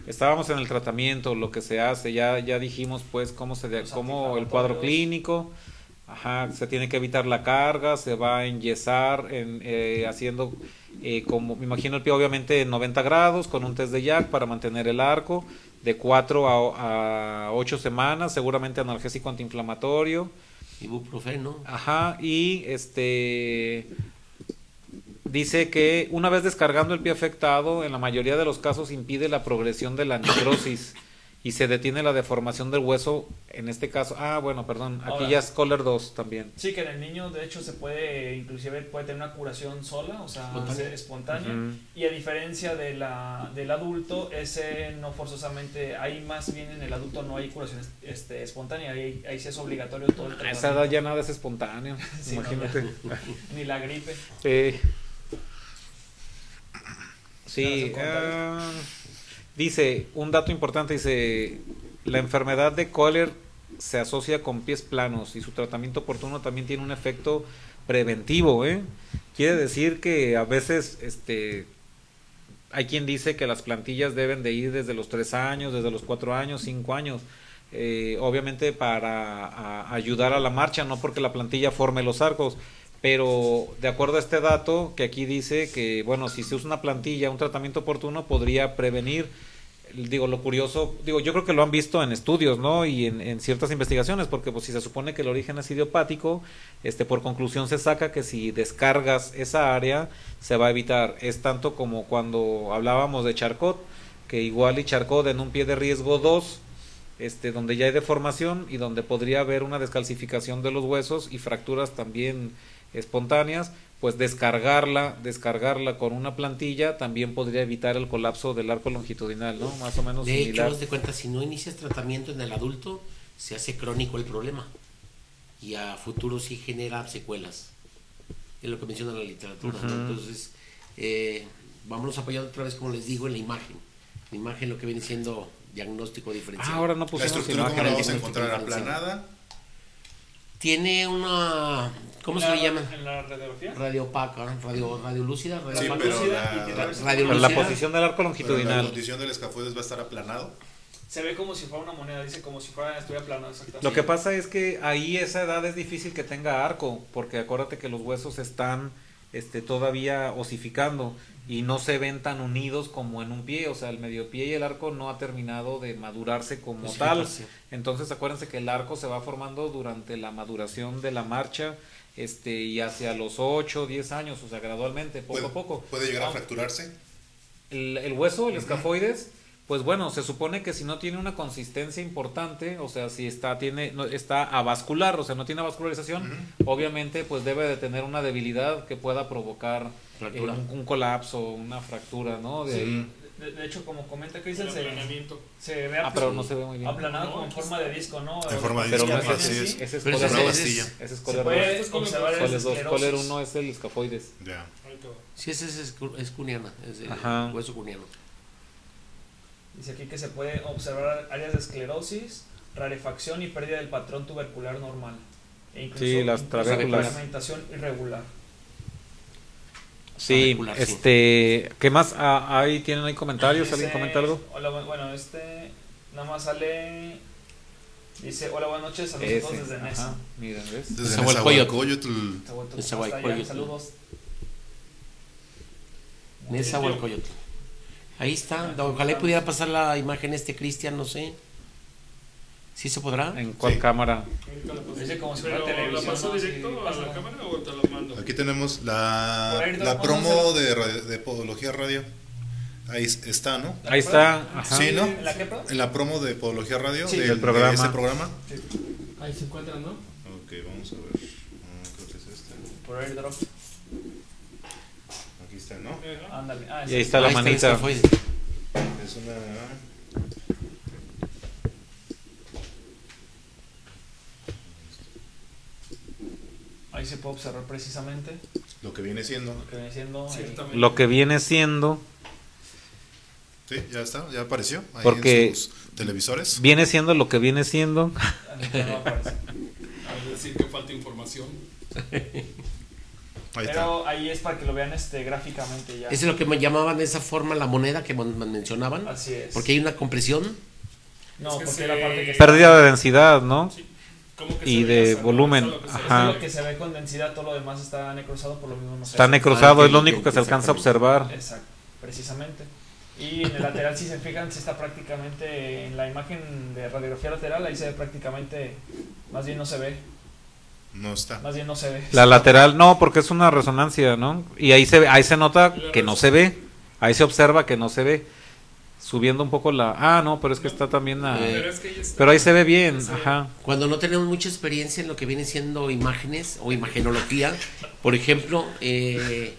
S2: Estábamos en el tratamiento, lo que se hace, ya, ya dijimos pues cómo se de-
S4: Los
S2: cómo el cuadro
S4: antiinflamatorios.
S2: clínico, ajá, se tiene que evitar la carga, se va a enyesar en, eh, haciendo eh, como me imagino el pie obviamente en 90 grados con un test de jack para mantener el arco de 4 a, a 8 semanas, seguramente analgésico antiinflamatorio,
S3: Ibuprofeno.
S2: ajá, y este dice que una vez descargando el pie afectado, en la mayoría de los casos impide la progresión de la necrosis y se detiene la deformación del hueso. En este caso, ah, bueno, perdón, aquí
S4: Ahora.
S2: ya es Kohler 2 también.
S4: Sí, que en el niño, de hecho, se puede, inclusive puede tener una curación sola, o sea,
S3: Espontánea.
S4: ser espontánea.
S2: Ujú.
S4: Y a diferencia de la, del adulto, ese no forzosamente, ahí más bien en el adulto no hay curación es- este, espontánea, ahí, ahí sí es obligatorio todo el
S2: A
S4: tratamiento.
S2: esa edad ya nada es espontáneo,
S4: Sí, no,
S2: imagínate.
S4: Ni la gripe.
S2: Eh, sí,
S4: Ya nos encontramos.
S2: ah, dice, un dato importante, dice, la enfermedad de Kohler se asocia con pies planos y su tratamiento oportuno también tiene un efecto preventivo, ¿eh? Quiere decir que a veces, este, hay quien dice que las plantillas deben de ir desde los tres años, desde los cuatro años, cinco años. eh, obviamente para a- ayudar a la marcha, no porque la plantilla forme los arcos, pero de acuerdo a este dato que aquí dice que, bueno, si se usa una plantilla, un tratamiento oportuno podría prevenir, digo, lo curioso, digo, yo creo que lo han visto en estudios, ¿no? Y en, en ciertas investigaciones, porque pues si se supone que el origen es idiopático, este, por conclusión se saca que si descargas esa área, se va a evitar. Es tanto como cuando hablábamos de Charcot, que igual y Charcot en un pie de riesgo 2, este, donde ya hay deformación y donde podría haber una descalcificación de los huesos y fracturas también espontáneas, pues descargarla, descargarla con una plantilla también podría evitar el colapso del arco longitudinal, ¿no? Más o menos
S3: De hecho,
S2: similar.
S3: haz de cuenta, si no inicias tratamiento en el adulto, se hace crónico el problema. Y a futuro sí genera secuelas. Es lo que menciona la literatura. ¿no?
S2: Ujú.
S3: Entonces, eh, vámonos apoyando otra vez, como les digo, en la imagen. La imagen lo que viene siendo diagnóstico diferencial.
S2: Ah, ahora no
S6: La
S2: pusimos
S6: estructura, ¿cómo
S2: imagen.
S6: la
S3: imagen,
S6: vamos a
S3: el
S6: encontrar?
S3: diagnóstico
S6: Aplanada.
S3: Tiene una... ¿Cómo se
S4: ¿En
S3: le
S4: la-
S3: llama?
S4: En la radiografía.
S3: Radio opaca, radio, radio lúcida, radio
S6: Sí,
S3: opaca.
S6: pero
S4: Lúcida y tiene
S6: la,
S4: versión-
S3: Radio
S2: Pero la
S3: lúcida.
S2: posición del arco
S6: pero la
S2: longitudinal.
S6: condición del escafoides va a estar aplanado.
S4: Se ve como si fuera una moneda, dice como si fuera, estuviera plano, exactamente.
S2: Lo que pasa es que ahí esa edad es difícil que tenga arco, porque acuérdate que los huesos están este, todavía osificando y no se ven tan unidos como en un pie, o sea, el medio pie y el arco no ha terminado de madurarse como
S3: Sí,
S2: tal.
S3: sí.
S2: Entonces acuérdense que el arco se va formando durante la maduración de la marcha este, y hacia los 8, 10 años, o sea, gradualmente, poco
S6: puede,
S2: a poco.
S6: puede llegar a
S2: Ah,
S6: fracturarse.
S2: el, el hueso, el escafoides, pues bueno, se supone que si no tiene una consistencia importante, o sea, si está, tiene, no, está avascular, o sea, no tiene vascularización, obviamente pues debe de tener una debilidad que pueda provocar eh,
S3: Fractura.
S2: un, un colapso, una fractura, ¿no? De ahí.
S4: De, de hecho, como comenta Chris,
S7: El
S4: se,
S7: aplanamiento.
S4: se ve
S2: Ah,
S4: apl-
S2: pero no se ve muy bien.
S4: aplanado
S7: No,
S4: como en forma de disco, ¿no?
S6: En forma de
S2: Pero
S6: disco,
S2: no
S4: Aplanado
S6: así
S4: así.
S6: es.
S2: Ese es coler
S3: Pero ese-
S6: Una
S2: dos,
S3: ese-
S6: pastilla.
S2: ese es
S4: Se
S2: coler dos.
S4: puede observar
S2: Coler
S4: esas
S2: dos, coler
S4: esclerosis.
S2: uno es el escafoides.
S6: Ya.
S7: Ahí te va.
S3: Sí, ese es, es, cu- es cuniana, es el
S2: Ajá.
S3: hueso cuniano.
S4: Dice aquí que se puede observar áreas de esclerosis, rarefacción y pérdida del patrón tubercular normal. E incluso
S2: Sí, las
S4: incluso
S2: trabéculas.
S4: fermentación irregular.
S2: Sí,
S3: Particular, sí.
S2: este, ¿qué más? Ah, ahí tienen ahí comentarios, ¿alguien
S4: Dice-
S2: comenta algo?
S4: Hola, bu- bueno, este nada más sale. Dice: Hola, buenas noches, saludos a todos
S2: Ese,
S4: desde E
S2: ajá,
S4: Nesa.
S2: mira, ¿ves?
S6: Desde
S3: Nezahualcóyotl.
S6: Nezahualcóyotl.
S4: Nezahualcóyotl,
S3: Ese
S4: hasta allá,
S3: Nezahualcóyotl.
S4: Saludos.
S3: Nezahualcóyotl. Ahí está, ojalá y pudiera pasar la imagen este Cristian, no sé. ¿Sí se podrá?
S2: ¿En cuál
S6: Sí.
S2: cámara?
S7: Ahorita la paso.
S4: Dice como si fuera
S7: Pero, ¿la
S4: televisión,
S7: paso
S4: ¿no? Sí,
S7: directo a la
S4: pásala.
S7: cámara o te la mando?
S6: Aquí tenemos
S4: Por
S6: la,
S4: ahí,
S6: la
S4: ¿no?
S6: promo
S4: Vamos
S6: de, radio- de Podología Radio. Ahí es- está, ¿no?
S2: Ahí está, ajá.
S6: Sí, ¿no?
S4: ¿En la que, perdón?
S6: En la promo de Podología Radio,
S2: Sí,
S6: del,
S2: del programa.
S6: de ese programa.
S5: Ahí se encuentran, ¿no?
S6: Ok, vamos a ver. Mm, creo que es este.
S4: Por airdrop.
S6: Aquí está, ¿no?
S7: Ajá.
S4: Ándale. Ah,
S2: Y ahí
S4: sí.
S2: está la
S3: Ahí el
S2: manita.
S3: escafoide.
S6: Es una.
S4: Ahí se puede observar precisamente
S6: Lo que viene siendo.
S4: lo que viene siendo. eh,
S7: Ciertamente.
S2: Lo que viene siendo,
S6: Sí, ya está, ya apareció. Ahí
S2: Porque-
S6: en sus televisores.
S2: viene siendo lo que viene siendo.
S4: ah, no aparece.
S7: A ver, decir que falta información.
S6: Ahí está.
S4: Pero ahí es para que lo vean este gráficamente ya.
S3: Ese es lo que me llamaban de esa forma la moneda que mon- mencionaban.
S4: Así es.
S3: Porque hay una compresión.
S4: no,
S7: Es que
S4: porque
S7: se-
S4: la parte que está-
S2: Pérdida de densidad, ¿no?
S7: ¿Cómo que
S2: Y
S7: se ve
S2: de
S7: casado?
S2: volumen,
S7: Eso es lo que se ve.
S2: ajá.
S4: es lo que se ve con densidad, todo lo demás está necrosado por lo mismo no se
S2: Está
S4: hace.
S2: necrosado, es lo
S3: Ah, ok,
S2: único que se alcanza a
S3: exactamente.
S2: observar.
S4: Exacto, precisamente. Y en el lateral, si se fijan, si está prácticamente en la imagen de radiografía lateral, ahí se ve prácticamente, más bien no se ve,
S6: No está.
S4: más bien no se ve.
S2: La lateral, no, porque es una resonancia, ¿no? Y ahí se, ve- ahí se nota que no se ve. Ahí se observa que no se ve. Subiendo un poco la. Ah, no, pero es que está también. la-
S3: Eh,
S7: Pero es que ahí está.
S2: Pero ahí se ve bien, ajá.
S3: Cuando no tenemos mucha experiencia en lo que viene siendo imágenes o imagenología, por ejemplo, eh,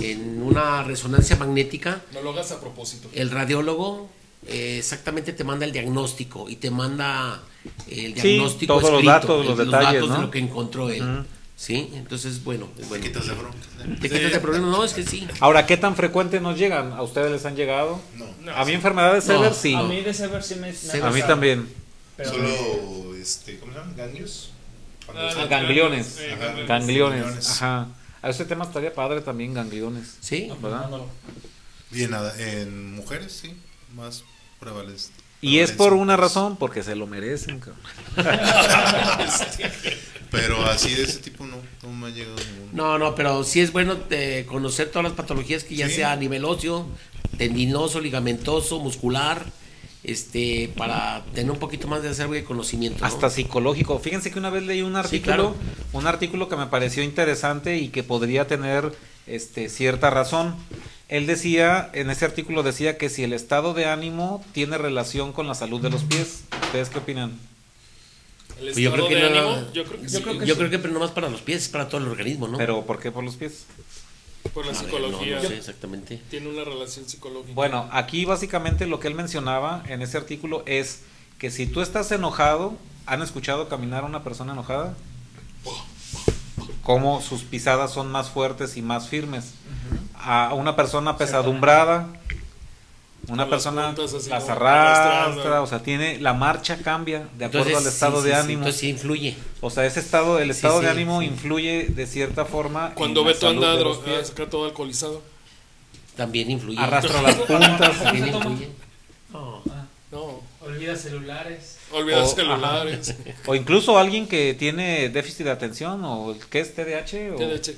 S3: en una resonancia magnética,
S7: No lo hagas a propósito.
S3: el radiólogo eh, exactamente te manda el diagnóstico y te manda
S2: Sí,
S3: el diagnóstico
S2: todos los
S3: escrito,
S2: datos, los detalles,
S3: datos
S2: ¿no?
S3: de lo que encontró él.
S2: Ujú.
S3: Sí, entonces bueno, es bueno.
S6: quitas de broma.
S3: te quitas de problema, no es que sí.
S2: Ahora, ¿qué tan frecuente nos llegan? ¿A ustedes les han llegado?
S6: No.
S7: No,
S2: A mí, enfermedades
S3: No,
S2: severas, sí.
S4: A mí de Sever sí me... me ha
S2: A mí
S4: pasado,
S2: también.
S4: pero-
S6: Solo, este, ¿cómo se llaman? Ganglios. Cuando
S7: Ah,
S6: se-
S2: Ah, gangliones.
S7: Eh,
S6: Ajá.
S2: Gangliones,
S6: Gangliones.
S2: ajá. A ese tema estaría padre también, gangliones.
S3: Sí,
S4: no, pues,
S2: ¿verdad?
S4: no, no.
S6: Y en, la- en mujeres, sí, más prevales.
S2: Y es
S6: prevalencia.
S2: por una razón, porque se lo merecen, cabrón.
S6: Pero así de ese tipo no, no me ha llegado ninguno.
S3: No, no, pero sí es bueno eh, conocer todas las patologías que ya
S6: Sí.
S3: sea a nivel óseo, tendinoso, ligamentoso, muscular, este, para tener un poquito más de acervo y de conocimiento. ¿no?
S2: Hasta psicológico. Fíjense que una vez leí un artículo,
S3: claro.
S2: un artículo que me pareció interesante y que podría tener este cierta razón. Él decía, en ese artículo decía que si el estado de ánimo tiene relación con la salud de los pies. ¿Ustedes qué opinan?
S7: El
S3: Pues yo creo
S7: estado
S3: que
S7: de
S3: no-
S7: ánimo, yo creo que
S3: yo
S7: sí,
S3: creo que, pero no más para los pies, es para todo el organismo, ¿no?
S2: Pero ¿por qué por los pies?
S7: por la
S3: A ver,
S7: psicología.
S3: no, no sé exactamente.
S7: Tiene una relación psicológica.
S2: Bueno, aquí básicamente lo que él mencionaba en ese artículo es que si tú estás enojado, ¿han escuchado caminar a una persona enojada? Cómo sus pisadas son más fuertes y más firmes. A una persona pesadumbrada, una
S7: Con las
S2: persona
S7: puntas así
S2: las
S7: como
S2: arrastra,
S7: arrastrando.
S2: o sea, tiene la marcha cambia de acuerdo al estado
S3: sí,
S2: de
S3: sí, sí,
S2: ánimo.
S3: entonces sí influye.
S2: o sea, ese estado, el
S3: Sí,
S2: estado de
S3: sí,
S2: ánimo
S3: sí.
S2: influye de cierta forma. en
S7: Cuando
S2: la
S7: Beto
S2: salud
S7: anda
S2: de
S7: dro-
S2: los pies.
S7: acá ah, todo alcoholizado.
S3: También influye.
S2: arrastra las puntas.
S3: También
S4: ¿Cómo se toma?
S3: influye. No,
S7: No,
S5: Olvida celulares.
S7: olvida
S2: O-
S7: celulares.
S2: O incluso alguien que tiene déficit de atención o el que es TDAH. o-
S7: TDAH.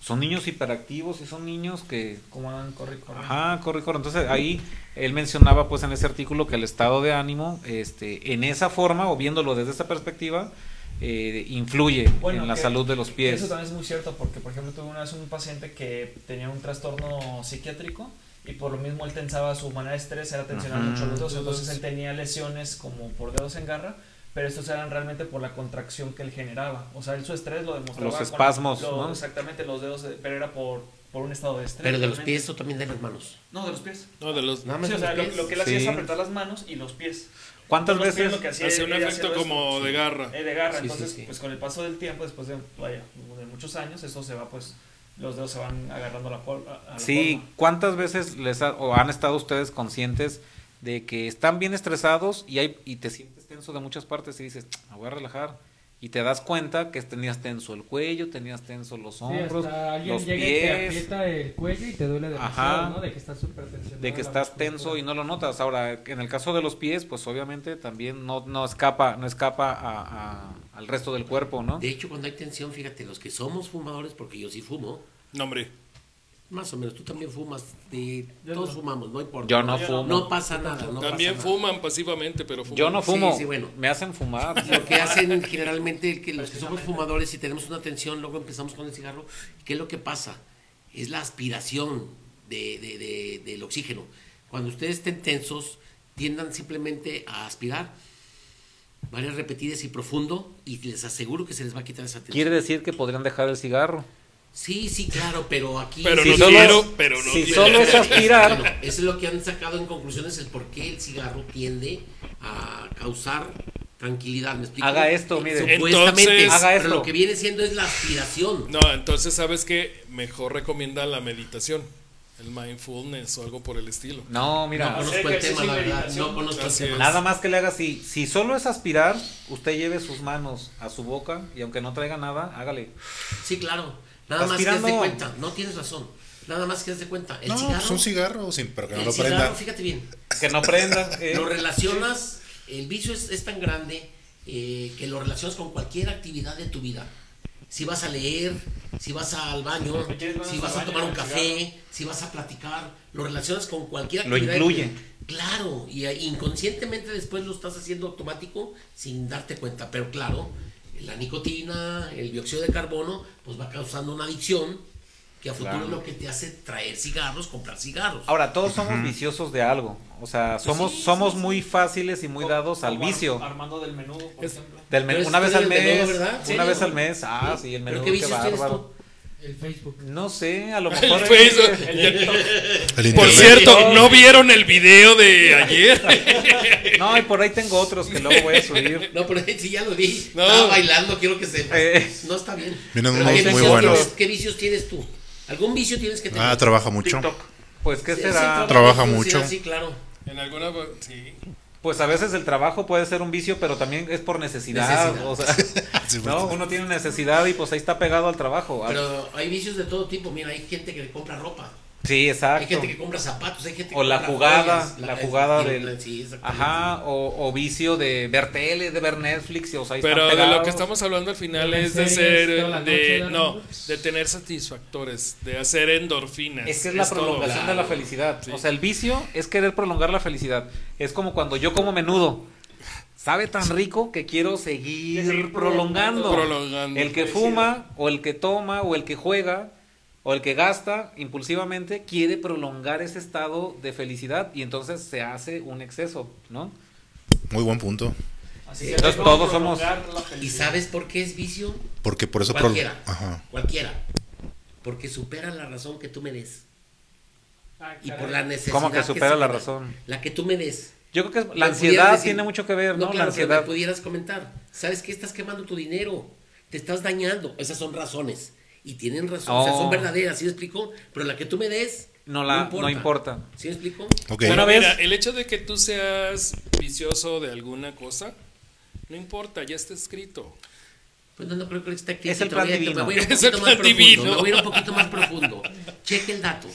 S2: Son niños hiperactivos y son niños que...
S4: Como andan, corre, corre.
S2: Ajá, corre, corre. Entonces ahí él mencionaba pues en ese artículo que el estado de ánimo, este, en esa forma o viéndolo desde esa perspectiva, eh, influye
S4: Bueno,
S2: en la
S4: que-
S2: salud de los pies.
S4: Eso también es muy cierto porque, por ejemplo, tuve una vez un paciente que tenía un trastorno psiquiátrico y por lo mismo él tensaba su manera de estrés, era tensionar
S2: Ajá.
S4: mucho los dedos, entonces él tenía lesiones como por dedos en garra, pero estos eran realmente por la contracción que él generaba. O sea, él su estrés lo demostraba.
S2: Los
S4: con
S2: espasmos,
S4: lo-
S2: ¿no?
S4: Exactamente, los dedos, eh, pero era por, por un estado de estrés.
S3: Pero de los
S4: realmente.
S3: pies o también de las manos.
S4: No, de los pies.
S7: No, de los.
S3: Nada más
S4: Sí, o
S3: de los
S4: sea, lo,
S3: pies.
S4: lo que él hacía
S2: Sí.
S4: es apretar las manos y los pies.
S2: ¿Cuántas
S4: Entonces, los pies
S2: veces?
S4: lo que hacía
S7: Hace un
S4: era- era
S7: efecto
S4: hacerlo
S7: como
S4: esto.
S7: de garra.
S4: Eh, de garra.
S3: Sí, sí,
S4: Entonces,
S3: sí.
S4: pues con el paso del tiempo, después de, vaya, de muchos años, eso se va, pues, los dedos se van agarrando a la, col- a- a la
S2: Sí,
S4: forma.
S2: ¿cuántas veces les ha- o han estado ustedes conscientes de que están bien estresados y, hay, y te sientes tenso de muchas partes y dices, me voy a relajar? Y te das cuenta que tenías tenso el cuello, tenías tenso los
S5: Sí,
S2: hombros,
S5: hasta alguien
S2: pues, los
S5: llega y te
S2: pies,
S5: aprieta el cuello y te duele demasiado,
S2: Ajá.
S5: ¿no? De que estás súper tensionado.
S2: de que estás tenso y no lo notas. Ahora, en el caso de los pies, pues obviamente también no, no escapa, no escapa a- a- al resto del cuerpo, ¿no?
S3: De hecho, cuando hay tensión, fíjate, los que somos fumadores, porque yo sí fumo,
S7: No, hombre.
S3: más o menos, tú también fumas, de-
S5: Yo
S3: todos
S5: no.
S3: fumamos, no importa.
S2: Yo no fumo.
S3: No pasa nada. no
S7: También
S3: pasa nada.
S7: fuman pasivamente, pero fuman.
S2: Yo no
S3: Sí,
S2: fumo,
S3: sí, bueno.
S2: me hacen fumar.
S3: Lo que hacen generalmente que los que somos fumadores y tenemos una tensión, luego empezamos con el cigarro. ¿Qué es lo que pasa? Es la aspiración de, de- de- del oxígeno. Cuando ustedes estén tensos, tiendan simplemente a aspirar varias repetidas y profundo y les aseguro que se les va a quitar esa tensión.
S2: Quiere decir que podrían dejar el cigarro.
S3: Sí, sí, claro, pero aquí...
S7: Pero
S2: Si
S7: no
S2: solo-
S7: quiero, pero no
S2: si
S7: quiero.
S2: solo es aspirar.
S3: Bueno, eso es lo que han sacado en conclusiones, el por qué el cigarro tiende a causar tranquilidad. ¿me explico? Eh,
S2: Haga esto, mire.
S3: Supuestamente,
S7: Entonces-
S2: Haga
S3: pero
S2: esto.
S3: lo que viene siendo es la aspiración.
S7: No, entonces sabes que mejor recomienda la meditación, el mindfulness o algo por el estilo.
S2: No, mira. pues,
S3: No conozco el tema, la verdad. No conozco el
S7: Así
S3: tema.
S7: es.
S2: Nada más que le haga así. Si solo es aspirar, usted lleve sus manos a su boca y aunque no traiga nada, hágale.
S3: Sí, claro. Nada más que haz
S2: Aspirando.
S3: de cuenta. No tienes razón. Nada más que haz de cuenta. El
S6: no,
S3: cigarro.
S6: pues un cigarro, sin, pero que no
S3: el
S6: lo
S3: cigarro,
S6: prenda.
S3: fíjate bien.
S2: Que no prenda. eh.
S3: Lo relacionas. El vicio es, es tan grande eh, que lo relacionas con cualquier actividad de tu vida. Si vas a leer, si vas al baño,
S4: Si quieres,
S3: si
S4: vamos
S3: vas a
S4: al baño,
S3: tomar un
S4: al
S3: café, si vas a platicar, lo relacionas con cualquier
S2: Lo
S3: actividad. de tu
S2: incluye.
S3: vida. Claro, y eh, inconscientemente después lo estás haciendo automático sin darte cuenta, pero claro, la nicotina, el dióxido de carbono, pues va causando una adicción que a futuro
S2: Claro.
S3: es lo que te hace traer cigarros, comprar cigarros.
S2: Ahora, todos somos viciosos de algo. O sea, somos,
S3: sí,
S2: somos
S3: sí, Oh, sí.
S2: muy fáciles y muy
S4: Como-
S2: dados al
S4: como
S2: vicio.
S4: Ar- Armando del menú, por ejemplo.
S2: Del menú,
S3: ah, Pero
S2: una
S3: es
S2: vez al
S3: historia del
S2: mes.
S3: menú, ¿verdad? ¿En
S2: Una
S3: serio?
S2: vez al mes. Ah, sí, el
S3: ¿Pero
S2: menú,
S3: qué
S2: qué,
S3: vicios tienes
S2: bárbaro.
S5: El Facebook.
S2: No sé, a lo
S7: El
S2: mejor.
S7: Facebook.
S2: eh,
S6: El
S7: Por
S6: internet.
S7: cierto, ¿no vieron el video de ayer?
S2: No, y por ahí tengo otros que luego voy a subir.
S3: No, pero si ya lo vi,
S7: No.
S3: estaba bailando, quiero que sepas.
S2: Eh.
S3: No está bien.
S6: Vienen
S3: Pero
S6: unos
S3: ¿qué
S6: muy
S3: vicios
S6: buenos.
S3: tienes? ¿Qué vicios tienes tú? ¿Algún vicio tienes que tener?
S6: Ah, trabaja mucho.
S2: Pues, ¿qué
S3: Sí,
S2: será?
S3: sí,
S6: Trabaja
S3: sí,
S6: mucho.
S3: Sí, claro.
S7: En alguna. Sí.
S2: Pues a veces el trabajo puede ser un vicio, pero también es por necesidad.
S3: Necesidad.
S2: O sea,
S6: Sí, pues,
S2: no, uno tiene necesidad y pues ahí está pegado al trabajo. Ah, Al-
S3: Pero hay vicios de todo tipo. Mira, hay gente que le compra ropa.
S2: Sí,
S3: Hay
S2: exacto.
S3: gente que compra zapatos. Hay gente que
S2: O la
S3: compra
S2: jugada,
S3: joyas,
S2: la jugada
S3: sí,
S2: del-
S3: sí, exactamente.
S2: Ajá, o, o vicio de ver tele, de ver Netflix, y, o sea, ahí
S7: Pero
S2: están
S7: de lo
S2: pegados.
S7: que estamos hablando al final
S5: De
S7: es de
S5: series,
S7: ser.
S5: toda la noche,
S7: De,
S5: ¿verdad?
S7: no, de tener satisfactores, de hacer endorfinas.
S2: Es que es la
S7: todo.
S2: prolongación de la felicidad.
S7: Sí.
S2: O sea, el vicio es querer prolongar la felicidad. Es como cuando yo como menudo. Sabe tan rico que quiero seguir
S4: Seguir
S2: prolongando.
S4: prolongando.
S7: Prolongando.
S2: El que fuma, o el que toma, o el que juega, o el que gasta impulsivamente, quiere prolongar ese estado de felicidad y entonces se hace un exceso, ¿no?
S6: Muy buen punto.
S4: Así
S3: Sí.
S4: que
S2: Entonces,
S4: hay que
S2: todos somos-
S4: prolongar la felicidad.
S3: ¿Y sabes por qué es vicio?
S6: Porque por eso... pro-
S3: Cualquiera.
S6: Ajá.
S3: Cualquiera. Porque supera la razón que tú me des.
S4: Ah,
S3: Y por la necesidad.
S2: ¿Cómo que supera la
S3: se-
S2: razón?
S3: La que tú me des.
S2: Yo creo que es-
S3: Me
S2: la ansiedad
S3: pudieras decir-
S2: tiene mucho que ver, ¿no?
S3: claro,
S2: la
S3: pero
S2: ansiedad.
S3: me pudieras comentar. ¿Sabes qué? Estás quemando tu dinero. Te estás dañando. Esas son razones. Y tienen razón. O sea,
S2: Oh.
S3: son verdaderas, ¿sí me explico? Pero la que tú me des.
S2: No la- no importa.
S3: ¿Sí me explico?
S6: Ok.
S2: Bueno,
S7: Pero
S2: ¿ves?
S7: mira, el hecho de que tú seas vicioso de alguna cosa, no importa, ya está escrito.
S3: Pues no, no creo que esté aquí.
S2: Es el
S3: Te voy a-
S2: plan
S3: te- me voy a ir un poquito más profundo, Me
S7: divino. Es el plan divino.
S3: voy a ir un poquito más profundo. Cheque el dato.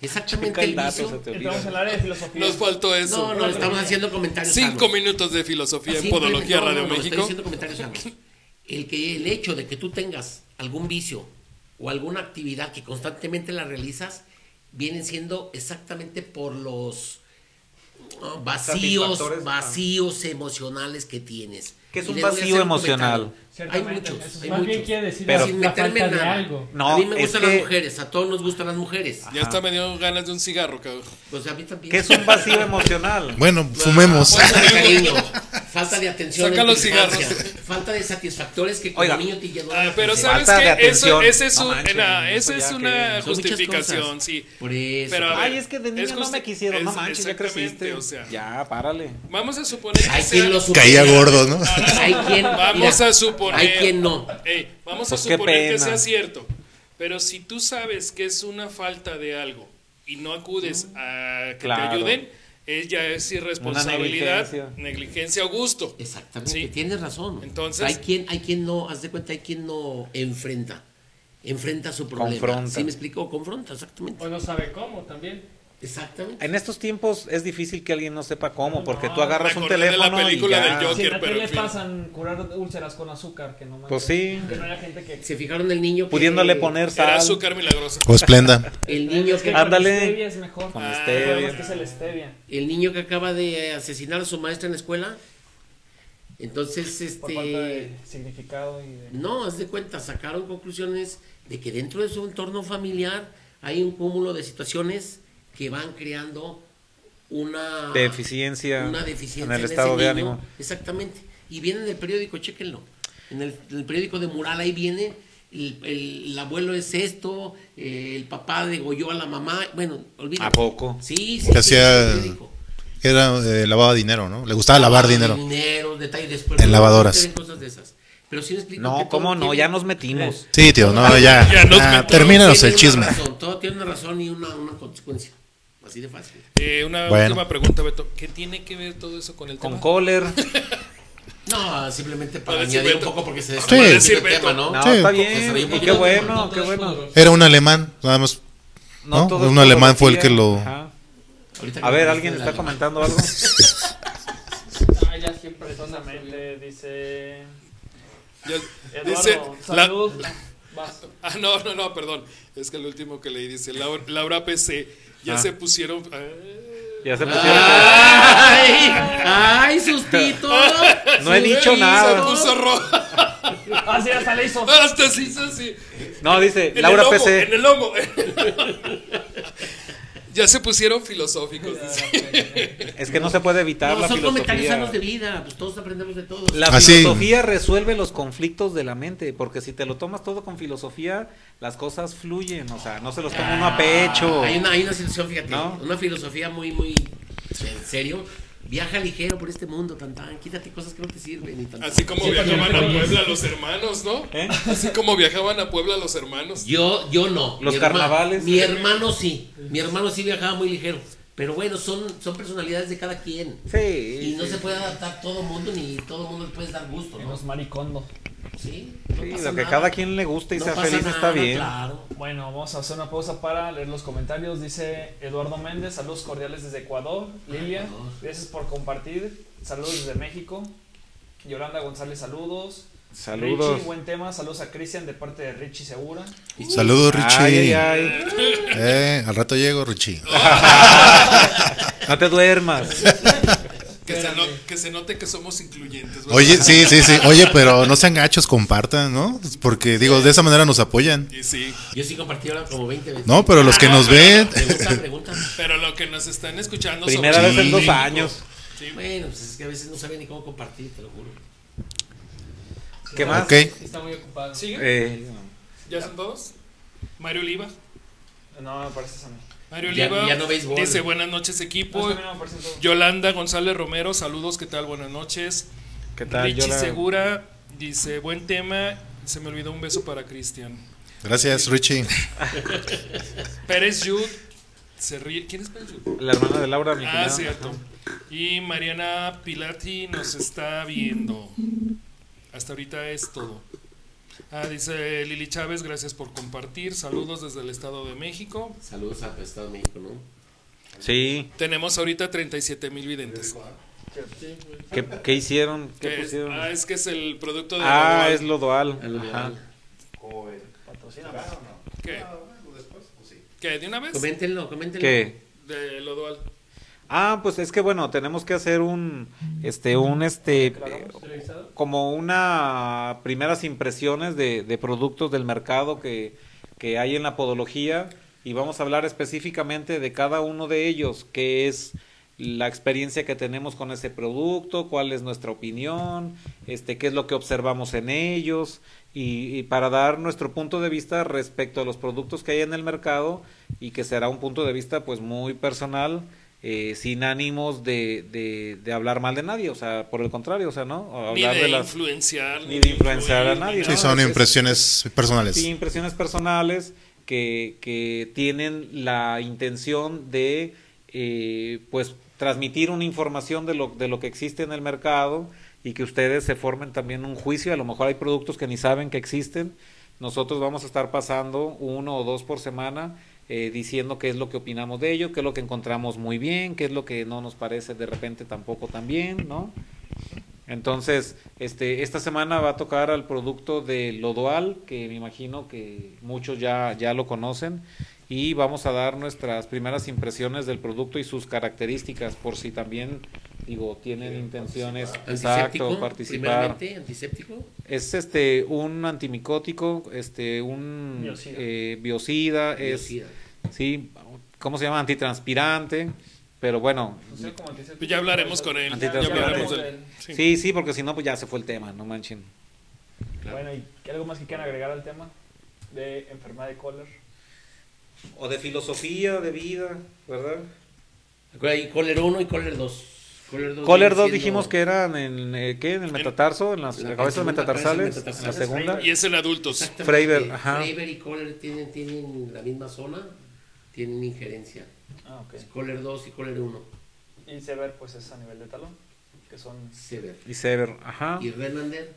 S3: Exactamente
S2: Checa el
S3: el
S2: dato,
S3: vicio-
S2: se te olvida.
S4: Entramos en el área de filosofía.
S7: Nos faltó eso.
S3: No, no, estamos haciendo comentarios.
S7: Cinco
S3: sanos.
S7: minutos de filosofía en
S3: Simple-
S7: Podología
S3: no, no,
S7: Radio
S3: no, estoy
S7: México.
S3: haciendo comentarios sanos. El que el hecho de que tú tengas algún vicio o alguna actividad que constantemente la realizas vienen siendo exactamente por los oh, vacíos,
S2: Satisfactores, ah.
S3: vacíos emocionales que tienes.
S2: ¿Qué es
S3: Y
S2: un
S3: les voy a hacer
S2: vacío emocional?
S3: comentario. Hay
S4: Ciertamente,
S3: muchos.
S4: eso sí.
S3: Hay
S5: Más bien
S3: muchos.
S5: quiere decir
S2: Pero-
S5: la
S3: Sin
S5: la
S3: meterme
S5: falta
S3: en
S5: de
S3: nada.
S5: algo.
S2: No,
S3: a mí me
S2: es
S3: gustan
S2: que- Ah.
S3: las mujeres, a todos nos gustan las mujeres.
S7: Ya hasta me dio ganas de un cigarro, cabrón.
S3: Pues a mí también.
S2: Que es un vacío emocional.
S6: Bueno, fumemos.
S3: Falta de cariño, falta de atención.
S7: Saca
S3: en tu
S7: los cigarros.
S3: infancia, Falta de satisfactores que
S2: Oiga.
S3: como niño te llenó de
S7: Ah, pero
S3: felicidad.
S7: sabes
S2: Falta de
S7: que eso,
S2: atención.
S7: ese es
S2: No
S7: un-
S2: manches,
S7: na, esa
S2: eso
S7: es
S2: ya
S7: una
S2: que-
S3: Son muchas
S7: justificación,
S3: cosas.
S7: sí.
S3: Por eso.
S7: Pero a ver,
S2: Ay, es que de niño
S7: es
S2: no
S7: justi-
S2: me quisieron, no
S7: es-
S2: manches, ya
S7: exactamente,
S2: creciste.
S7: o sea.
S2: ya, párale.
S7: Vamos a suponer que
S3: Hay
S7: sea-
S3: quien lo supera.
S6: Caía gordo, ¿no?
S7: Ah,
S3: Hay quien.
S7: Vamos
S3: mira,
S7: a suponer.
S3: Hay quien no.
S7: Ey, vamos
S2: Pues
S7: a
S2: qué
S7: suponer
S2: pena.
S7: que sea cierto. Pero si tú sabes que es una falta de algo y no acudes a que
S2: Claro.
S7: te ayuden, es ya es irresponsabilidad,
S2: negligencia.
S7: negligencia. o gusto.
S3: Exactamente,
S7: Sí.
S3: tienes razón.
S7: Entonces-
S3: hay quien, hay quien no, haz de cuenta, hay quien no enfrenta, enfrenta su problema.
S2: Confronta.
S3: ¿Sí me explico? Confronta, exactamente.
S4: Pues
S5: O no sabe cómo también.
S3: Exactamente.
S2: En estos tiempos es difícil que alguien no sepa cómo, porque
S5: No,
S2: tú agarras
S7: me
S2: un
S7: acordé de la
S2: teléfono
S7: película
S2: y
S7: del
S2: ya.
S7: Joker.
S4: Si en la
S7: pero
S4: tele
S7: en fin.
S4: pasan curar úlceras con azúcar, que no manches.
S2: Pues sí.
S4: Que no haya gente que.
S3: Se fijaron el niño. que-
S2: Pudiéndole poner
S7: Era
S2: sal
S7: azúcar milagrosa.
S6: O esplenda.
S3: El niño,
S4: Es que
S3: que,
S4: con
S2: Ándale.
S4: stevia es mejor.
S2: con
S7: Ah,
S4: El problema
S2: stevia.
S4: es que es el stevia.
S3: el niño que acaba de asesinar a su maestra en la escuela. Entonces,
S4: Por falta de
S3: este.
S4: significado y de.
S3: No, haz de cuenta, sacaron conclusiones de que dentro de su entorno familiar hay un cúmulo de situaciones que van creando una.
S2: Deficiencia,
S3: una deficiencia
S2: en el
S3: ese
S2: estado de
S3: niño.
S2: ánimo.
S3: Exactamente. Y viene en el periódico, chéquenlo. En el, en el periódico de Mural ahí viene, el, el- el abuelo es esto, eh, el papá degolló a la mamá. Bueno, olvídate.
S2: ¿A poco?
S3: Sí, sí.
S6: Que
S3: sí,
S6: hacía-
S3: en el periódico.
S6: Era, eh, lavaba dinero, ¿no? Le gustaba lavar
S3: Ah.
S6: dinero.
S3: Dinero, detalles después.
S6: En
S3: no,
S6: lavadoras.
S3: no tienen cosas de esas. Pero sí me explico que
S2: No,
S3: todo
S2: cómo no,
S3: tiene- Eh,
S2: ya nos metimos.
S6: Sí, tío, no, ya.
S7: Ya nos
S6: Ah,
S7: metimos.
S6: termínanos
S3: tiene
S6: el
S3: una
S6: chisme.
S3: razón, todo tiene una razón y una, una consecuencia. Así de fácil.
S7: Eh, una
S6: Bueno.
S7: última pregunta, Beto. ¿Qué tiene que ver todo eso con el
S2: Con
S7: tema?
S2: Kohler.
S3: No, simplemente
S7: A
S3: para
S7: ver si
S3: añadir un
S7: Beto-
S3: poco porque se
S7: Para
S3: desconoce
S7: decir
S3: el
S7: Beto.
S3: tema, ¿no?
S2: No,
S6: Sí.
S2: está
S3: Porque se veía
S2: bien.
S3: un
S2: y qué
S3: poquito
S2: bueno,
S5: No
S2: qué
S5: todo es
S2: bueno.
S5: pudor.
S6: Era un alemán, nada más. ¿no?
S2: todo es
S6: Un alemán fue el que
S2: psicología.
S6: lo-
S2: Ajá.
S3: Ahorita
S2: A
S3: que
S2: ver,
S3: me
S2: ¿alguien
S3: dijiste
S2: está
S3: de la-
S2: comentando algo?
S5: Ah, ya siempre son amables.
S4: Precisamente dice.
S7: Ya-
S4: Eduardo,
S7: dice, la-
S4: salud. Vas.
S7: Ah, no, no, no, perdón. Es que el último que leí dice Laura, Laura PC. Ya
S2: Ah.
S7: se pusieron. ah,
S2: Ya se pusieron.
S3: ¡Ay! ¡Ay, sustito!
S2: No he dicho
S7: se
S2: nada.
S7: puso roja.
S4: Ah, sí, hasta le hizo.
S7: Hasta se hizo así.
S2: No, dice
S7: En el
S2: Laura
S7: lomo, En
S2: PC.
S7: el lomo. ya se pusieron filosóficos. dice.
S2: Es que no se puede evitar
S3: No,
S2: la
S3: son comentarios
S2: filosofía.
S3: sanos de vida, pues todos aprendemos de todos.
S2: La
S6: Así.
S2: filosofía resuelve los conflictos de la mente, porque si te lo tomas todo con filosofía, las cosas fluyen, o sea, no se los toma uno a pecho.
S3: Ah, Hay una, hay una situación, fíjate,
S2: ¿No?
S3: una filosofía muy, muy en serio. Viaja ligero por este mundo, tan tan, quítate cosas que no te sirven y tan, tan.
S7: Así como
S5: Sí,
S7: viajaban
S5: porque-
S7: a Puebla los hermanos, ¿no?
S2: ¿Eh?
S7: Así como viajaban a Puebla los hermanos.
S3: Yo, yo no.
S2: Los
S3: Mi herma-
S2: carnavales.
S3: mi hermano sí. Mi hermano sí viajaba muy ligero. Pero bueno, son, son personalidades de cada quien.
S2: Sí.
S3: Y no
S2: sí.
S3: se puede adaptar todo mundo, ni todo mundo le puedes dar gusto, ¿no?
S4: Los maricondo.
S3: Sí, no
S2: Sí,
S3: pasa
S2: lo que
S3: nada.
S2: cada quien le gusta y
S3: No
S2: sea
S3: pasa
S2: feliz está
S3: nada,
S2: bien.
S3: Claro.
S4: Bueno, vamos a hacer una pausa para leer los comentarios. Dice Eduardo Méndez, saludos cordiales desde Ecuador. Lilia,
S3: Ecuador.
S4: gracias por compartir. Saludos desde México. Yolanda González, saludos.
S2: Saludos.
S4: Richie, buen tema. Saludos a Cristian de parte de Richie Segura.
S6: Saludos, Richie.
S2: Ay, ay, ay.
S6: Eh, al rato llego, Richie.
S2: No te duermas.
S7: Que se, no- que se note que somos incluyentes. ¿verdad?
S6: Oye, sí, sí, sí. Oye, pero no sean gachos, compartan, ¿no? Porque, digo, de esa manera nos apoyan.
S7: Y sí.
S3: Yo sí compartí ahora como 20 veces.
S6: No, pero los que nos
S7: pues,
S6: ven.
S7: eh.
S3: Pregunta, pregunta.
S7: Pero lo que nos están escuchando
S2: Primera
S7: sobre-
S2: vez en dos
S6: Sí.
S2: años.
S7: Sí,
S3: Bueno, pues es que a veces no saben ni cómo compartir, te lo juro.
S2: ¿Qué más?
S6: Ok.
S5: Está muy ocupado.
S7: ¿Sigue?
S2: Eh,
S7: ¿Ya son todos? Mario Oliva.
S4: No, me parece a mí.
S7: Mario
S3: Ya-
S7: Oliva
S3: ya no béisbol.
S7: dice buenas noches
S4: No,
S7: equipo.
S4: es que a mí no me parecen todos.
S7: Yolanda González Romero, saludos, ¿qué tal? Buenas noches.
S2: ¿Qué tal?
S7: Richie
S2: Yo la-
S7: Segura dice, buen tema, se me olvidó un beso para Cristian.
S6: Gracias, Richie.
S7: Pérez Yud, se ríe. ¿Quién es Pérez Yud?
S2: La hermana de Laura, mi
S7: Ah,
S2: cuñada.
S7: cierto. Y Mariana Pilati nos está viendo. Hasta ahorita es todo. Ah, dice Lili Chávez, gracias por compartir. Saludos desde el Estado de México.
S3: Saludos a Estado de México, ¿no?
S2: Sí.
S7: Tenemos ahorita 37 mil videntes.
S2: ¿Qué, qué hicieron? ¿Qué
S7: Que es-
S2: pusieron?
S7: ah, es que es el producto de...
S2: Ah,
S7: Anual.
S2: es lo dual.
S3: A Eh, lo de-
S2: Ajá. Ah,
S7: ¿Qué? ¿Qué? ¿De una vez?
S3: Coméntenlo, coméntenlo.
S2: ¿Qué?
S7: De lo dual.
S2: Ah, pues es que bueno, tenemos que hacer un, este, un, este, eh, como una primeras impresiones de, de productos del mercado que, que hay en la podología y vamos a hablar específicamente de cada uno de ellos, qué es la experiencia que tenemos con ese producto, cuál es nuestra opinión, este, qué es lo que observamos en ellos y, y para dar nuestro punto de vista respecto a los productos que hay en el mercado y que será un punto de vista pues muy personal eh, sin ánimos de, de, de hablar mal de nadie, o sea, por el contrario, o sea, ¿no? O
S7: Ni
S2: Hablar
S7: de,
S2: de las
S7: influenciar.
S2: ni de influenciar a
S7: influir,
S2: nadie,
S7: ni
S2: ¿no?
S6: Sí, son
S2: es-
S6: impresiones personales.
S2: Sí, impresiones personales que, que tienen la intención de eh, pues transmitir una información de lo, de lo que existe en el mercado y que ustedes se formen también un juicio. A lo mejor hay productos que ni saben que existen. Nosotros vamos a estar pasando uno o dos por semana eh, diciendo qué es lo que opinamos de ello, qué es lo que encontramos muy bien, qué es lo que no nos parece de repente tampoco tan bien, ¿no? Entonces, este, esta semana va a tocar al producto de Lodoal, que me imagino que muchos ya, ya lo conocen, y vamos a dar nuestras primeras impresiones del producto y sus características, por si también, digo, tienen intenciones, exacto, participar.
S3: primeramente, antiséptico.
S2: Es este, un antimicótico, este, un
S4: Biocida.
S2: eh, biocida, es,
S3: biocida.
S2: sí, ¿cómo se llama? Antitranspirante, pero bueno,
S4: Funciona como antiséptico.
S7: Pues ya hablaremos con él. Ya
S2: Antitranspirante.
S7: hablaremos de él. Sí.
S2: sí, sí, porque si no, pues ya se fue el tema, no manchen.
S4: Bueno, ¿y qué algo más que quieran agregar al tema de enfermedad de Kohler?
S2: O de filosofía, de vida, ¿verdad?
S3: Acuérdate, Y Kohler 1 y Kohler 2. Kohler 2,
S2: Coller 2
S3: viene
S2: dijimos
S3: siendo-
S2: que eran en, eh, ¿qué? en el metatarso, en las
S3: En la
S2: cabezas
S3: segunda
S2: metatarsales,
S3: cabeza
S2: en la
S3: metatarsal.
S2: segunda.
S7: Y es en adultos.
S3: Exactamente,
S2: Freiberg, ajá.
S3: Freiberg y Kohler tienen, tienen la misma zona, tienen injerencia.
S4: Ah, ok.
S3: Es Kohler 2 y Kohler 1.
S4: Y Sever, pues es a nivel de talón, que son...
S3: Sever.
S2: Y Sever, ajá.
S3: Y Renander.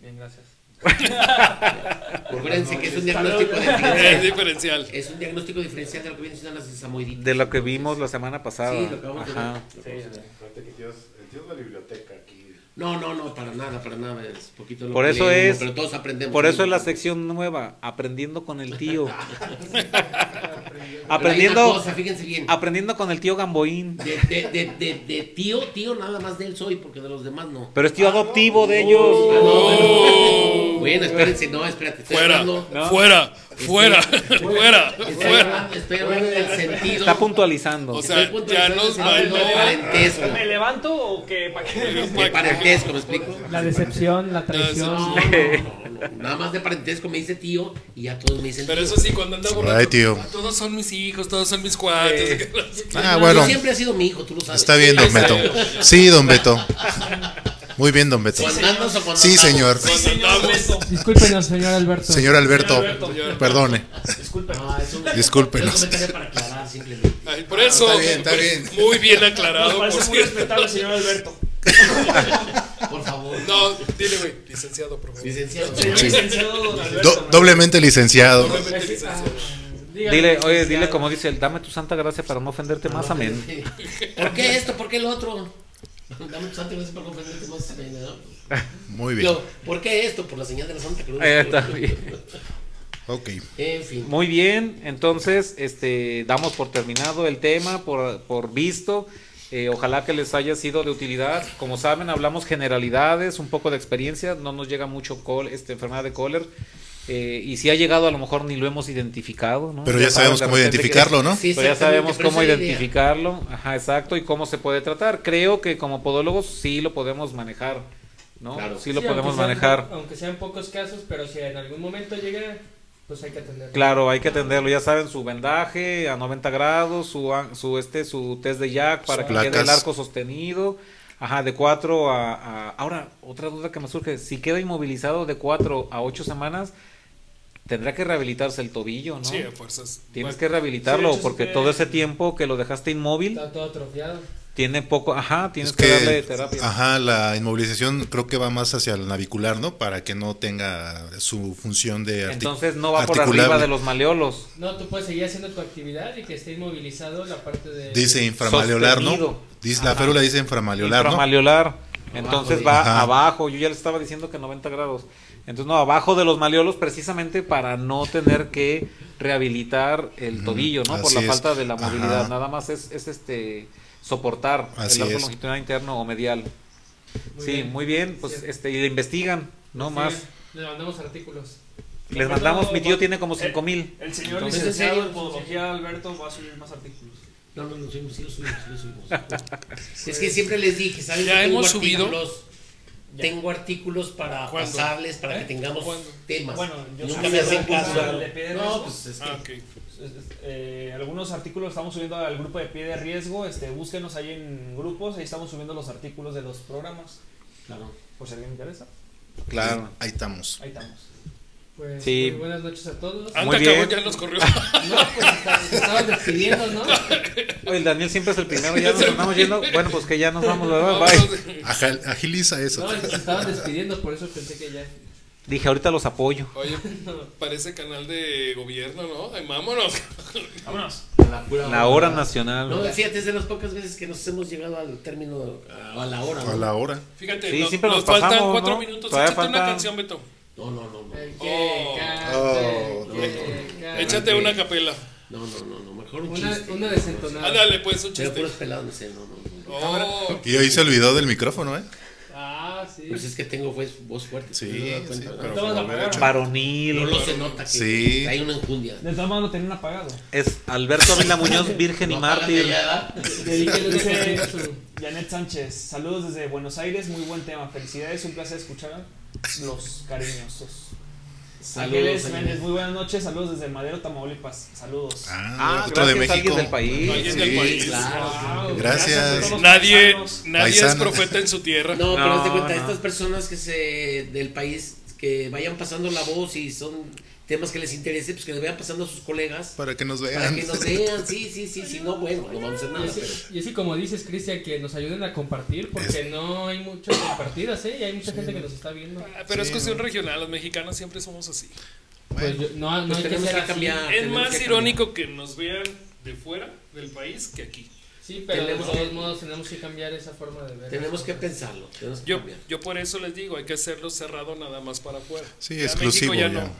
S4: Bien, gracias.
S2: Ah,
S3: Acuérdense que es un diagnóstico diferencial.
S7: Es diferencial.
S3: Es un diagnóstico diferencial de lo que vienen siendo las sesamoiditis.
S2: De lo que vimos la semana pasada.
S3: Sí, lo acabamos de ver.
S2: Ajá.
S3: Lo
S4: Sí,
S3: acabamos de ver.
S1: Fíjate que el tío es, el tío es la biblioteca aquí.
S3: No, no, no, para nada, para nada. Es poquito lo
S2: Por
S3: que
S2: eso
S3: lee uno,
S2: es-
S3: Pero todos aprendemos.
S2: Por eso es la
S3: Pero
S2: sección nueva, aprendiendo con el tío.
S3: hay una
S2: aprendiendo,
S3: cosa, fíjense bien.
S2: aprendiendo con el tío Gamboín.
S3: De, de, de, de, de tío, tío, nada más de él soy, porque de los demás no.
S2: Pero es tío adoptivo de
S3: Ah,
S2: ellos.
S3: no, bueno. bueno, espérense, no, espérate. Estoy
S7: Fuera,
S3: hablando,
S7: fuera, fuera, fuera,
S3: estoy
S7: fuera.
S3: hablando- estoy hablando en el sentido.
S2: Está puntualizando.
S7: O sea,
S3: estoy punto
S7: ya
S3: de-
S7: nos
S3: hablando de
S7: bailó.
S3: Parentesco.
S4: ¿Me levanto o qué? ¿Para qué?
S3: De parentesco, ¿me explico?
S5: La decepción, la traición.
S3: No, no, no, no, nada más de parentesco me dice tío y ya todos me dicen
S7: Pero
S3: tío.
S7: eso sí, cuando anda borracho.
S6: Ay, tío.
S7: "Ah, Todos son mis hijos, todos son mis cuates.
S6: Ah,
S3: Yo
S6: bueno.
S3: siempre ha sido mi hijo, tú lo sabes.
S6: Está bien, don Beto. Sí, don Beto. Muy bien, don Beto.
S3: Cuando andas o cuando
S6: Sí,
S3: andamos.
S6: señor.
S7: Cuando andamos.
S5: Discúlpenos, señor Alberto.
S6: Señor Alberto, perdone.
S4: Disculpen.
S3: No, Ah, es un-
S6: Discúlpenos.
S3: es un comentario para aclarar, simplemente.
S7: Ay, por eso.
S5: Ah,
S6: está bien, está bien.
S7: Muy bien
S4: Nos
S7: aclarado. por
S4: parece muy
S7: cierto.
S4: respetable, señor Alberto.
S3: Por favor.
S7: No, dile, güey. Licenciado, por favor.
S3: Licenciado.
S6: Sí.
S4: Licenciado Alberto.
S6: Do- doblemente licenciado.
S7: Doblemente licenciado.
S5: Ah, Dígale,
S2: Dile, oye, dile
S5: licenciado.
S2: como dice el, dame tu santa gracia para no
S3: Ah,
S2: ofenderte más, amén.
S3: ¿Por qué esto? ¿Por qué el otro? Dame tus antes para comprenderte más. ¿no?
S6: Muy bien.
S3: Yo, ¿Por qué esto? Por la señal de la Santa Cruz.
S2: Ahí está, bien.
S6: Ok.
S3: En fin.
S2: Muy bien, entonces este, damos por terminado el tema, por, por visto. Eh, ojalá que les haya sido de utilidad. Como saben, hablamos generalidades, un poco de experiencia. No nos llega mucho col, este, enfermedad de cólera. Eh, y si ha llegado, a lo mejor ni lo hemos identificado. ¿no?
S6: Pero ya
S2: saben
S6: sabemos
S2: de
S6: cómo
S2: repente que-
S6: identificarlo, ¿no?
S3: Sí,
S2: pero ya sabemos
S3: exactamente, pero
S2: cómo
S3: esa es la idea.
S2: identificarlo, ajá, exacto, y cómo se puede tratar. Creo que como podólogos sí lo podemos manejar, ¿no?
S3: Claro.
S2: Sí lo
S5: Sí,
S2: podemos
S5: aunque sean-
S2: manejar.
S5: Aunque sean pocos casos, pero si en algún momento llega, pues hay que atenderlo.
S2: Claro, hay que atenderlo, ya saben, su vendaje a 90 grados, su, a- su, este, su test de jack para
S6: Sus
S2: que quede el
S6: placas.
S2: arco sostenido. Ajá, de 4 a, a- Ahora, otra duda que me surge, si queda inmovilizado de 4 a 8 semanas, tendrá que rehabilitarse el tobillo, ¿no?
S7: Sí, a fuerzas.
S2: Tienes
S7: Bueno,
S2: que rehabilitarlo
S4: Sí, de hecho,
S2: porque
S4: es que-
S2: todo ese tiempo que lo dejaste inmóvil
S5: Está todo atrofiado.
S2: tiene poco, ajá, tienes
S6: Es
S2: que, darle
S6: que, Ah,
S2: terapia.
S6: ajá, la inmovilización creo que va más hacia el navicular, ¿no? Para que no tenga su función de arti-
S2: Entonces no va por
S6: articular.
S2: arriba de los maleolos.
S5: No, tú puedes seguir haciendo tu actividad y que esté inmovilizado la parte de.
S6: Dice inframaleolar, ¿no?
S2: Sostenido.
S6: Dice, la férula dice inframaleolar, ¿no?
S2: Inframaleolar. Entonces
S3: de-
S2: va
S6: Ajá.
S2: abajo. Yo ya le estaba diciendo que 90 grados. Entonces, no, abajo de los maleolos precisamente para no tener que rehabilitar el tobillo, ¿no? Por
S6: así
S2: la
S6: es.
S2: falta de la
S6: Ajá.
S2: movilidad. Nada más es, es, este soportar
S6: Así
S2: el arco
S6: es.
S2: longitudinal interno o medial.
S5: Muy
S2: sí,
S5: bien.
S2: muy bien, pues
S5: Sí.
S2: este y le investigan, no
S5: Sí,
S2: más.
S5: Le mandamos artículos.
S2: Les mandamos, mi tío tiene como
S4: Eh,
S2: 5 mil.
S4: El señor
S2: Entonces-
S4: licenciado
S3: ¿En serio?
S4: en podología Alberto va a subir más artículos.
S3: No, no, no, sí, sí lo subimos, sí lo subimos. es que siempre les dije, ¿saben?
S7: Ya
S3: que tengo
S7: hemos subido.
S3: artículos? Tengo artículos para
S7: ¿Cuándo?
S3: pasarles, para
S7: ¿Eh?
S3: que tengamos
S7: ¿Cuándo?
S3: temas.
S4: Bueno, yo
S3: Nunca
S4: subí
S3: me hacen
S4: el grupo
S3: caso.
S4: de pie de
S3: No,
S4: riesgo.
S3: pues es que
S7: Ah, ok.
S4: Es- es- eh, algunos artículos estamos subiendo al grupo de pie de riesgo. Este, búsquenos ahí en grupos. Ahí estamos subiendo los artículos de los programas.
S3: Claro.
S4: Por si alguien le interesa.
S6: Claro. Ahí estamos.
S4: Ahí estamos.
S5: Pues,
S2: Sí.
S5: muy buenas noches a todos.
S7: Anda,
S2: Muy
S7: Ah, cabrón,
S2: bien.
S7: ya nos corrió.
S5: No, pues está- se estaban despidiendo, ¿no?
S2: Oye, el Daniel siempre es el primero, ya nos estamos yendo. Bueno, pues que ya nos vamos, ¿verdad? Bye.
S7: Vámonos.
S6: Ajal- Agiliza eso.
S5: No, se estaban despidiendo, por eso pensé que ya.
S2: Dije, ahorita los apoyo.
S7: Oye, parece canal de gobierno, ¿no? Ay, vámonos.
S4: Vámonos.
S3: a la pura
S2: La hora nacional.
S3: No, fíjate, es de las pocas veces que nos hemos llegado al término, a la hora.
S6: A
S3: ¿no?
S6: la hora.
S7: Fíjate,
S2: Sí,
S7: nos,
S2: siempre
S7: nos
S2: nos
S7: faltan
S2: pasamos,
S7: cuatro
S2: ¿no?
S7: minutos.
S2: Todavía
S7: Échate una
S2: falta-
S7: canción, Beto.
S3: No, no, no, no.
S5: El
S7: Oh.
S5: que cante,
S6: Oh.
S5: el que cante.
S7: Échate una capela.
S3: No, no, no, no, mejor un
S5: Una,
S3: chiste.
S5: una
S7: Ándale,
S5: desentonada.
S7: pues,
S3: Pero
S7: un chiste.
S3: puros pelados, no sé, no, no. no.
S7: Oh,
S6: Y hoy se olvidó del micrófono, ¿eh?
S5: Ah, sí.
S3: Pues es que tengo pues, voz fuerte.
S6: Sí,
S3: ¿te has dado
S6: sí,
S3: cuenta?
S5: Todos
S6: pero lo hubiera
S5: apagaron.
S6: hecho.
S3: No
S2: Varonil.
S3: lo se nota que
S6: Sí.
S3: hay una enjundia.
S4: De todas maneras lo tenían apagado.
S2: Es Alberto Ávila Muñoz, virgen y
S3: No,
S2: mártir.
S3: apágate ya, ¿verdad?
S5: Dedíquenle una canción a su-
S4: Janet Sánchez, saludos desde Buenos Aires. Muy buen tema. Felicidades, un placer escuchar los cariñosos. Ángeles
S3: Saludos.
S4: Méndez,
S3: Ángel.
S4: muy buenas noches. Saludos desde Madero, Tamaulipas. Saludos.
S6: Ah,
S2: Ah,
S6: otro de
S2: gracias a
S6: México.
S2: alguien del país.
S7: Alguien
S6: Sí.
S7: del país.
S3: Claro.
S5: Wow.
S4: Gracias a
S6: Gracias.
S4: todos los
S7: Nadie,
S4: paisanos.
S7: nadie es
S6: Paisano.
S7: profeta en su tierra.
S3: No, pero
S2: No,
S3: haz de cuenta,
S2: no.
S3: estas personas que se del país que vayan pasando la voz y son temas que les interese, pues que le vayan pasando a sus colegas
S6: Para que nos
S3: para
S6: vean.
S3: que nos vean. Sí, sí, sí, sí, no, bueno, no vamos a hacer
S5: Y
S3: nada,
S5: es,
S3: pero
S5: y es que como dices, Cristian, que nos ayuden a compartir, porque no hay muchas compartidas, ¿eh? Y hay mucha gente que nos está viendo.
S7: Ah, Pero es cuestión regional, los mexicanos siempre somos así.
S5: Pues yo- no, no
S3: pues
S5: hay que
S3: tenemos
S5: ser
S3: que
S5: así.
S3: cambiar.
S7: es
S3: tenemos
S7: más
S3: que
S7: irónico que nos vean de fuera del país que aquí.
S5: Sí, pero de
S3: Tenemos
S5: todos
S3: que-
S5: modos tenemos que cambiar esa forma de ver.
S3: Tenemos que pensarlo, tenemos que
S7: Yo,
S3: cambiar.
S7: yo por eso les digo, hay que hacerlo cerrado nada más para afuera.
S6: Sí,
S7: Ya
S6: exclusivo
S7: México
S6: ya.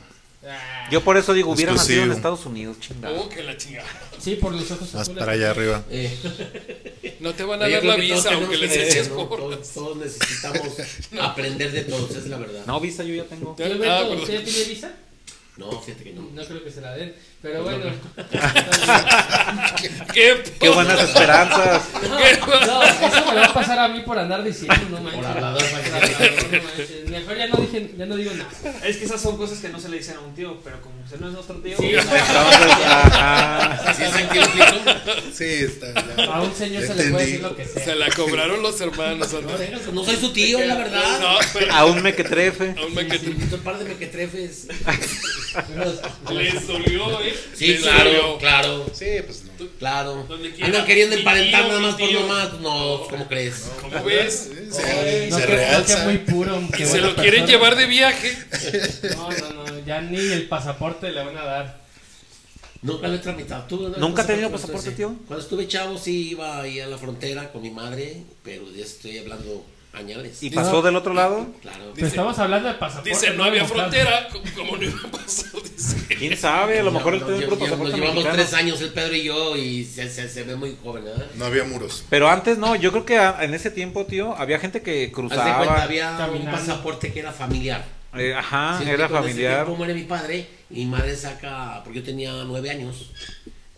S5: Ah,
S2: Yo por eso digo, hubiera nacido en
S6: Exclusivo.
S2: Estados Unidos, chingada.
S7: Oh, que la chingada.
S5: Sí, por los ojos
S6: Más
S5: azules.
S6: para allá arriba.
S3: Eh,
S7: No te van a
S3: yo
S7: dar
S3: creo
S7: la
S3: que todos
S7: visa
S3: tenemos
S7: aunque
S3: que
S7: les
S3: leer,
S7: eches
S3: ¿no?
S7: por.
S3: Todos, todos necesitamos aprender de todos, es la verdad.
S2: No, visa yo ya tengo.
S5: Yo, Beto,
S7: Ah, perdón.
S5: ¿Usted tiene visa?
S3: No, fíjate que no.
S5: No creo que se la den. Pero bueno.
S7: ¿Qué?
S2: Qué buenas esperanzas.
S5: No, no, eso me va a pasar a mí por andar diciendo, no manches.
S3: Por hablador, para que-
S5: Por hablador, no manches. Mejor ya no, dije, ya no digo nada.
S4: Es que esas son cosas que no se le dicen a un tío, pero como usted no es nuestro tío, pues,
S5: Sí.
S2: Entonces, ajá.
S3: Así es aquí lo explico.
S6: Sí, está.
S5: A un señor se le puede decir lo que sea.
S7: Se la cobraron los hermanos,
S3: No,
S7: Andrés.
S3: dejas- no soy su tío, la verdad.
S7: No, pero
S2: A un mequetrefe.
S7: aún me
S3: Sí, un par de mequetrefes.
S7: Les dolió, ¿eh?
S3: Sí,
S7: Les
S3: claro,
S7: dolió.
S3: claro,
S6: Sí, pues no.
S3: claro.
S7: Donde quiera.
S3: Andan queriendo
S7: Mi
S3: emparentar
S7: tío,
S3: nada
S7: mi
S3: más por
S7: tío.
S3: nomás. No, ¿cómo crees?
S7: ¿Cómo ves?
S6: Sí,
S5: Ay,
S6: Se,
S5: no,
S6: se
S5: que- no, que
S6: realza.
S5: muy puro. que
S7: Y se
S5: buena
S7: lo quieren
S5: persona.
S7: llevar de viaje.
S5: No, no, no. Ya ni el pasaporte le van a dar.
S3: Nunca lo he tramitado. ¿Tú, no,
S2: ¿Nunca
S3: no
S2: has tenido
S3: sé,
S2: pasaporte,
S3: sí.
S2: tío?
S3: Cuando estuve chavo, sí iba ahí a la frontera con mi madre, pero ya estoy hablando añales.
S2: ¿Y pasó del otro lado?
S3: Claro.
S5: Pero estamos hablando de pasaporte.
S7: Dice, no había
S5: de plan.
S7: frontera. como- Como no iba a pasar, dice.
S2: ¿Quién sabe? A lo mejor él
S3: Nos-
S2: tiene
S3: nos-
S2: puro
S3: nos
S2: pasaporte
S3: llevamos
S2: mexicano.
S3: tres años el Pedro y yo y se, se- se ve muy joven, ¿verdad?
S6: No había muros.
S2: Pero antes no, yo creo que a- en ese tiempo, tío, había gente que
S3: Haz de cuenta,
S2: cruzaba.
S3: había un
S5: caminando.
S3: pasaporte que era familiar.
S2: Eh, ajá,
S3: Sí,
S2: era
S3: porque en ese
S2: familiar.
S3: tiempo muere mi padre y mi madre saca, porque yo tenía nueve años.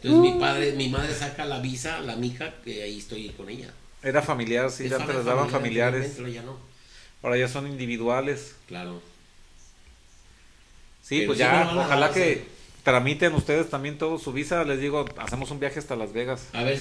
S3: Entonces mi padre, mi madre saca la visa, la mija, que ahí estoy con ella.
S2: Era familiar, sí,
S3: Es
S2: ya te
S3: fami-
S2: las daban
S3: familiar,
S2: familiares.
S3: anteriormente, ahora ya no.
S2: Ahora ya son individuales.
S3: Claro.
S2: Sí,
S3: Pero
S2: pues
S3: sí me
S2: ya,
S3: van a dar,
S2: ojalá
S3: o
S2: que
S3: sea.
S2: tramiten ustedes también todo su visa. Les digo, hacemos un viaje hasta Las Vegas.
S3: A ver,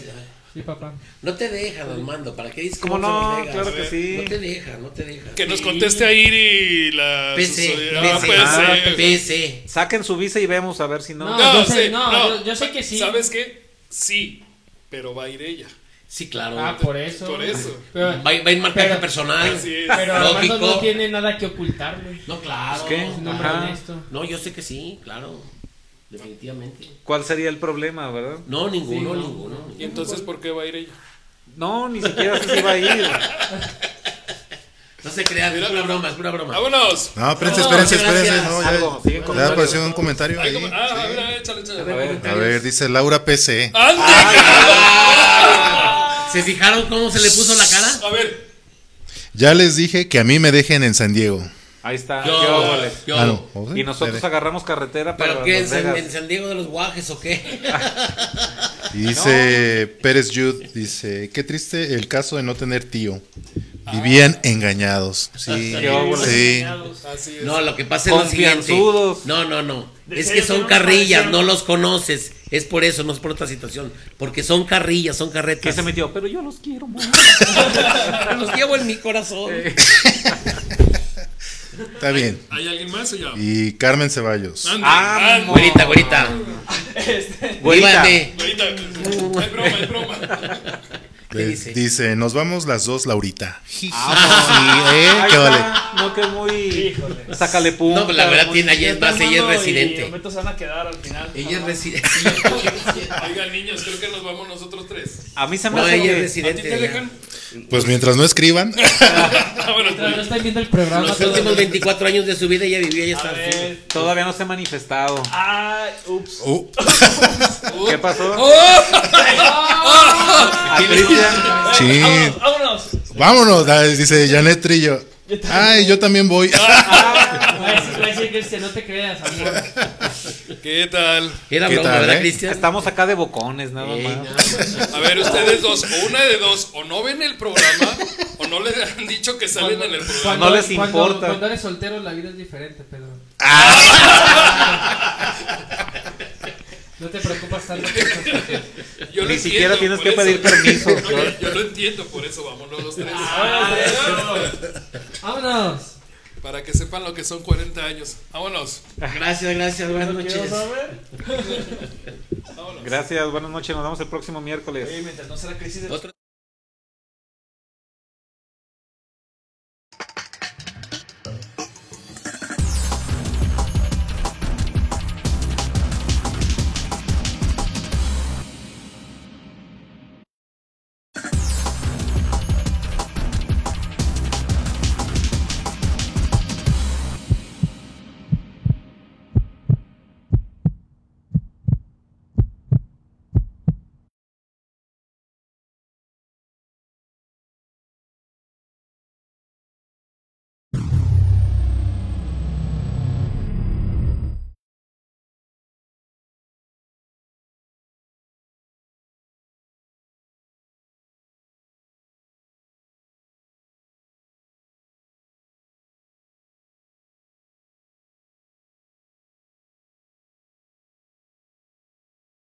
S5: Sí, papá.
S3: no te dejan, Armando. ¿Para qué dices
S2: ¿Cómo
S3: vamos a
S2: no?
S3: Las Vegas?
S2: Claro que sí.
S3: No te dejan, no te dejan.
S7: Que nos
S5: Sí.
S7: conteste ahí y la.
S3: PC,
S7: su-
S3: PC,
S7: Ah,
S2: ah,
S7: PC.
S3: pues PC.
S2: Saquen su visa y vemos a ver si no.
S5: No. yo sé, no, yo- yo sé que sí.
S7: ¿Sabes qué? Sí, pero va a ir ella.
S3: Sí, claro.
S5: Ah, por eso.
S7: Por eso.
S5: Pero,
S3: va, a ir- va a ir marcaje
S5: Pero-
S3: personal.
S7: Así es.
S5: pero Armando
S3: Lógico.
S5: no tiene nada que ocultarle.
S3: No, claro.
S2: Pues, ¿qué?
S5: Es un
S3: claro.
S5: hombre
S2: Ajá.
S5: honesto.
S3: No, yo sé que sí, claro. Definitivamente.
S2: ¿Cuál sería el problema, verdad?
S3: No, ninguno,
S5: Sí, no.
S3: ninguno.
S7: ¿Y
S5: Ah.
S7: entonces por qué va a ir ella?
S2: No, ni siquiera sé si va a ir.
S3: No se crean, es pura broma, es pura
S7: Ah,
S3: broma.
S7: ¡Vámonos!
S6: No, espérense,
S3: No,
S6: espérense,
S3: gracias.
S6: espérense. No, ya,
S2: Algo, siguen
S6: ya
S2: comentarios.
S6: apareció un comentario
S7: Ay,
S6: ahí.
S7: como- ah, a ver, a ver, échale, échale.
S3: A ver,
S6: A ver, dice Laura PC.
S7: ¡Ande,
S6: Ah,
S3: ¿Se fijaron cómo se le puso la cara?
S7: cabrón! A ver,
S6: Ya les dije que a mí me dejen en San Diego.
S2: Ahí está.
S3: Yo,
S2: qué óvole.
S3: yo.
S6: Ah, no. ¿O sí?
S2: Y nosotros
S6: Espere.
S2: agarramos carretera para
S3: ¿Pero qué? ¿En
S2: Las
S3: San,
S2: Vegas.
S3: en San Diego de los Guajes o qué?
S6: Y dice Pérez Jude, dice, qué triste el caso de no tener tío. Vivían engañados. Sí,
S2: Qué óvole.
S6: sí.
S7: así es.
S3: No, lo que pasa es lo siguiente.
S2: Confianzudos.
S3: No, no, no.
S4: De
S3: Es que
S4: serio, que
S3: son
S4: no
S3: carrillas,
S4: parecieron.
S3: no los conoces. Es por eso, no es por otra situación. Porque son carrillas, son
S2: Que
S3: carretas.
S2: se metió, pero yo los quiero mucho. Eh,
S3: los llevo en mi corazón.
S6: Está bien.
S7: ¿Hay alguien más o ya?
S6: Y Carmen Ceballos.
S7: Ande,
S2: Ah,
S7: ande.
S3: Güerita, güerita.
S2: Güerita.
S3: Llévame.
S7: Güerita, Hay broma, hay broma.
S3: ¿Qué
S6: Le-
S3: dice?
S6: dice, nos vamos las dos, Laurita. Sí, eh,
S2: Ahí
S6: qué
S2: está,
S6: vale.
S2: No que muy.
S4: Híjole.
S2: Sácale punta.
S3: No, pues la verdad
S2: muy-
S3: tiene ayer más, ella es
S4: Armando y
S3: residente.
S4: Beto se van a quedar al final.
S3: Ella es
S4: Ah,
S3: residente.
S7: Oigan, niños, creo que nos vamos nosotros tres.
S2: A mí se me
S3: No,
S2: hace
S3: ella es
S2: que-
S7: ¿A ti
S3: residente.
S7: te dejan?
S6: Pues mientras no escriban,
S7: Ah, bueno,
S5: Mientras no estén viendo el programa.
S3: Los
S5: todo-
S3: últimos 24 años de su vida ella vivió allá
S4: A
S3: hasta el fin.
S4: ver.
S2: todavía no se ha manifestado.
S4: Ah, ups.
S6: uh,
S2: ¿Qué pasó?
S3: oh,
S2: A
S3: ¿Quién le-
S2: Cristian.
S6: sí.
S4: Vámonos, vámonos.
S6: vámonos, la- dice Janet Trillo. Ay, yo también voy.
S5: Va a decir- va a decir, Cristian, no te creas, amor.
S7: ¿Qué tal?
S3: Era
S6: ¿Qué
S3: broma,
S6: tal,
S3: ¿verdad,
S6: eh?
S3: Cristian?
S2: Estamos acá de bocones, nada
S3: Ey,
S2: más.
S3: no.
S7: A ver, ustedes dos, o una de dos, o no ven el programa, o no les han dicho que salen en el programa.
S2: No les
S5: cuando-
S2: importa.
S5: Cuando eres soltero la vida es diferente, Pedro.
S2: Ah.
S5: No te preocupas tanto. por esas cosas.
S7: Yo lo
S2: Ni siquiera
S7: entiendo,
S2: tienes que
S7: por
S2: pedir permiso.
S7: Oye, yo lo entiendo, por eso vámonos los tres.
S5: Vámonos.
S7: Para que sepan lo que son 40 años. Vámonos.
S3: Gracias, gracias, buenas noches.
S2: Gracias, buenas noches. Nos vemos el próximo miércoles.
S4: Oye, mientras no sea la crisis del
S3: Otra-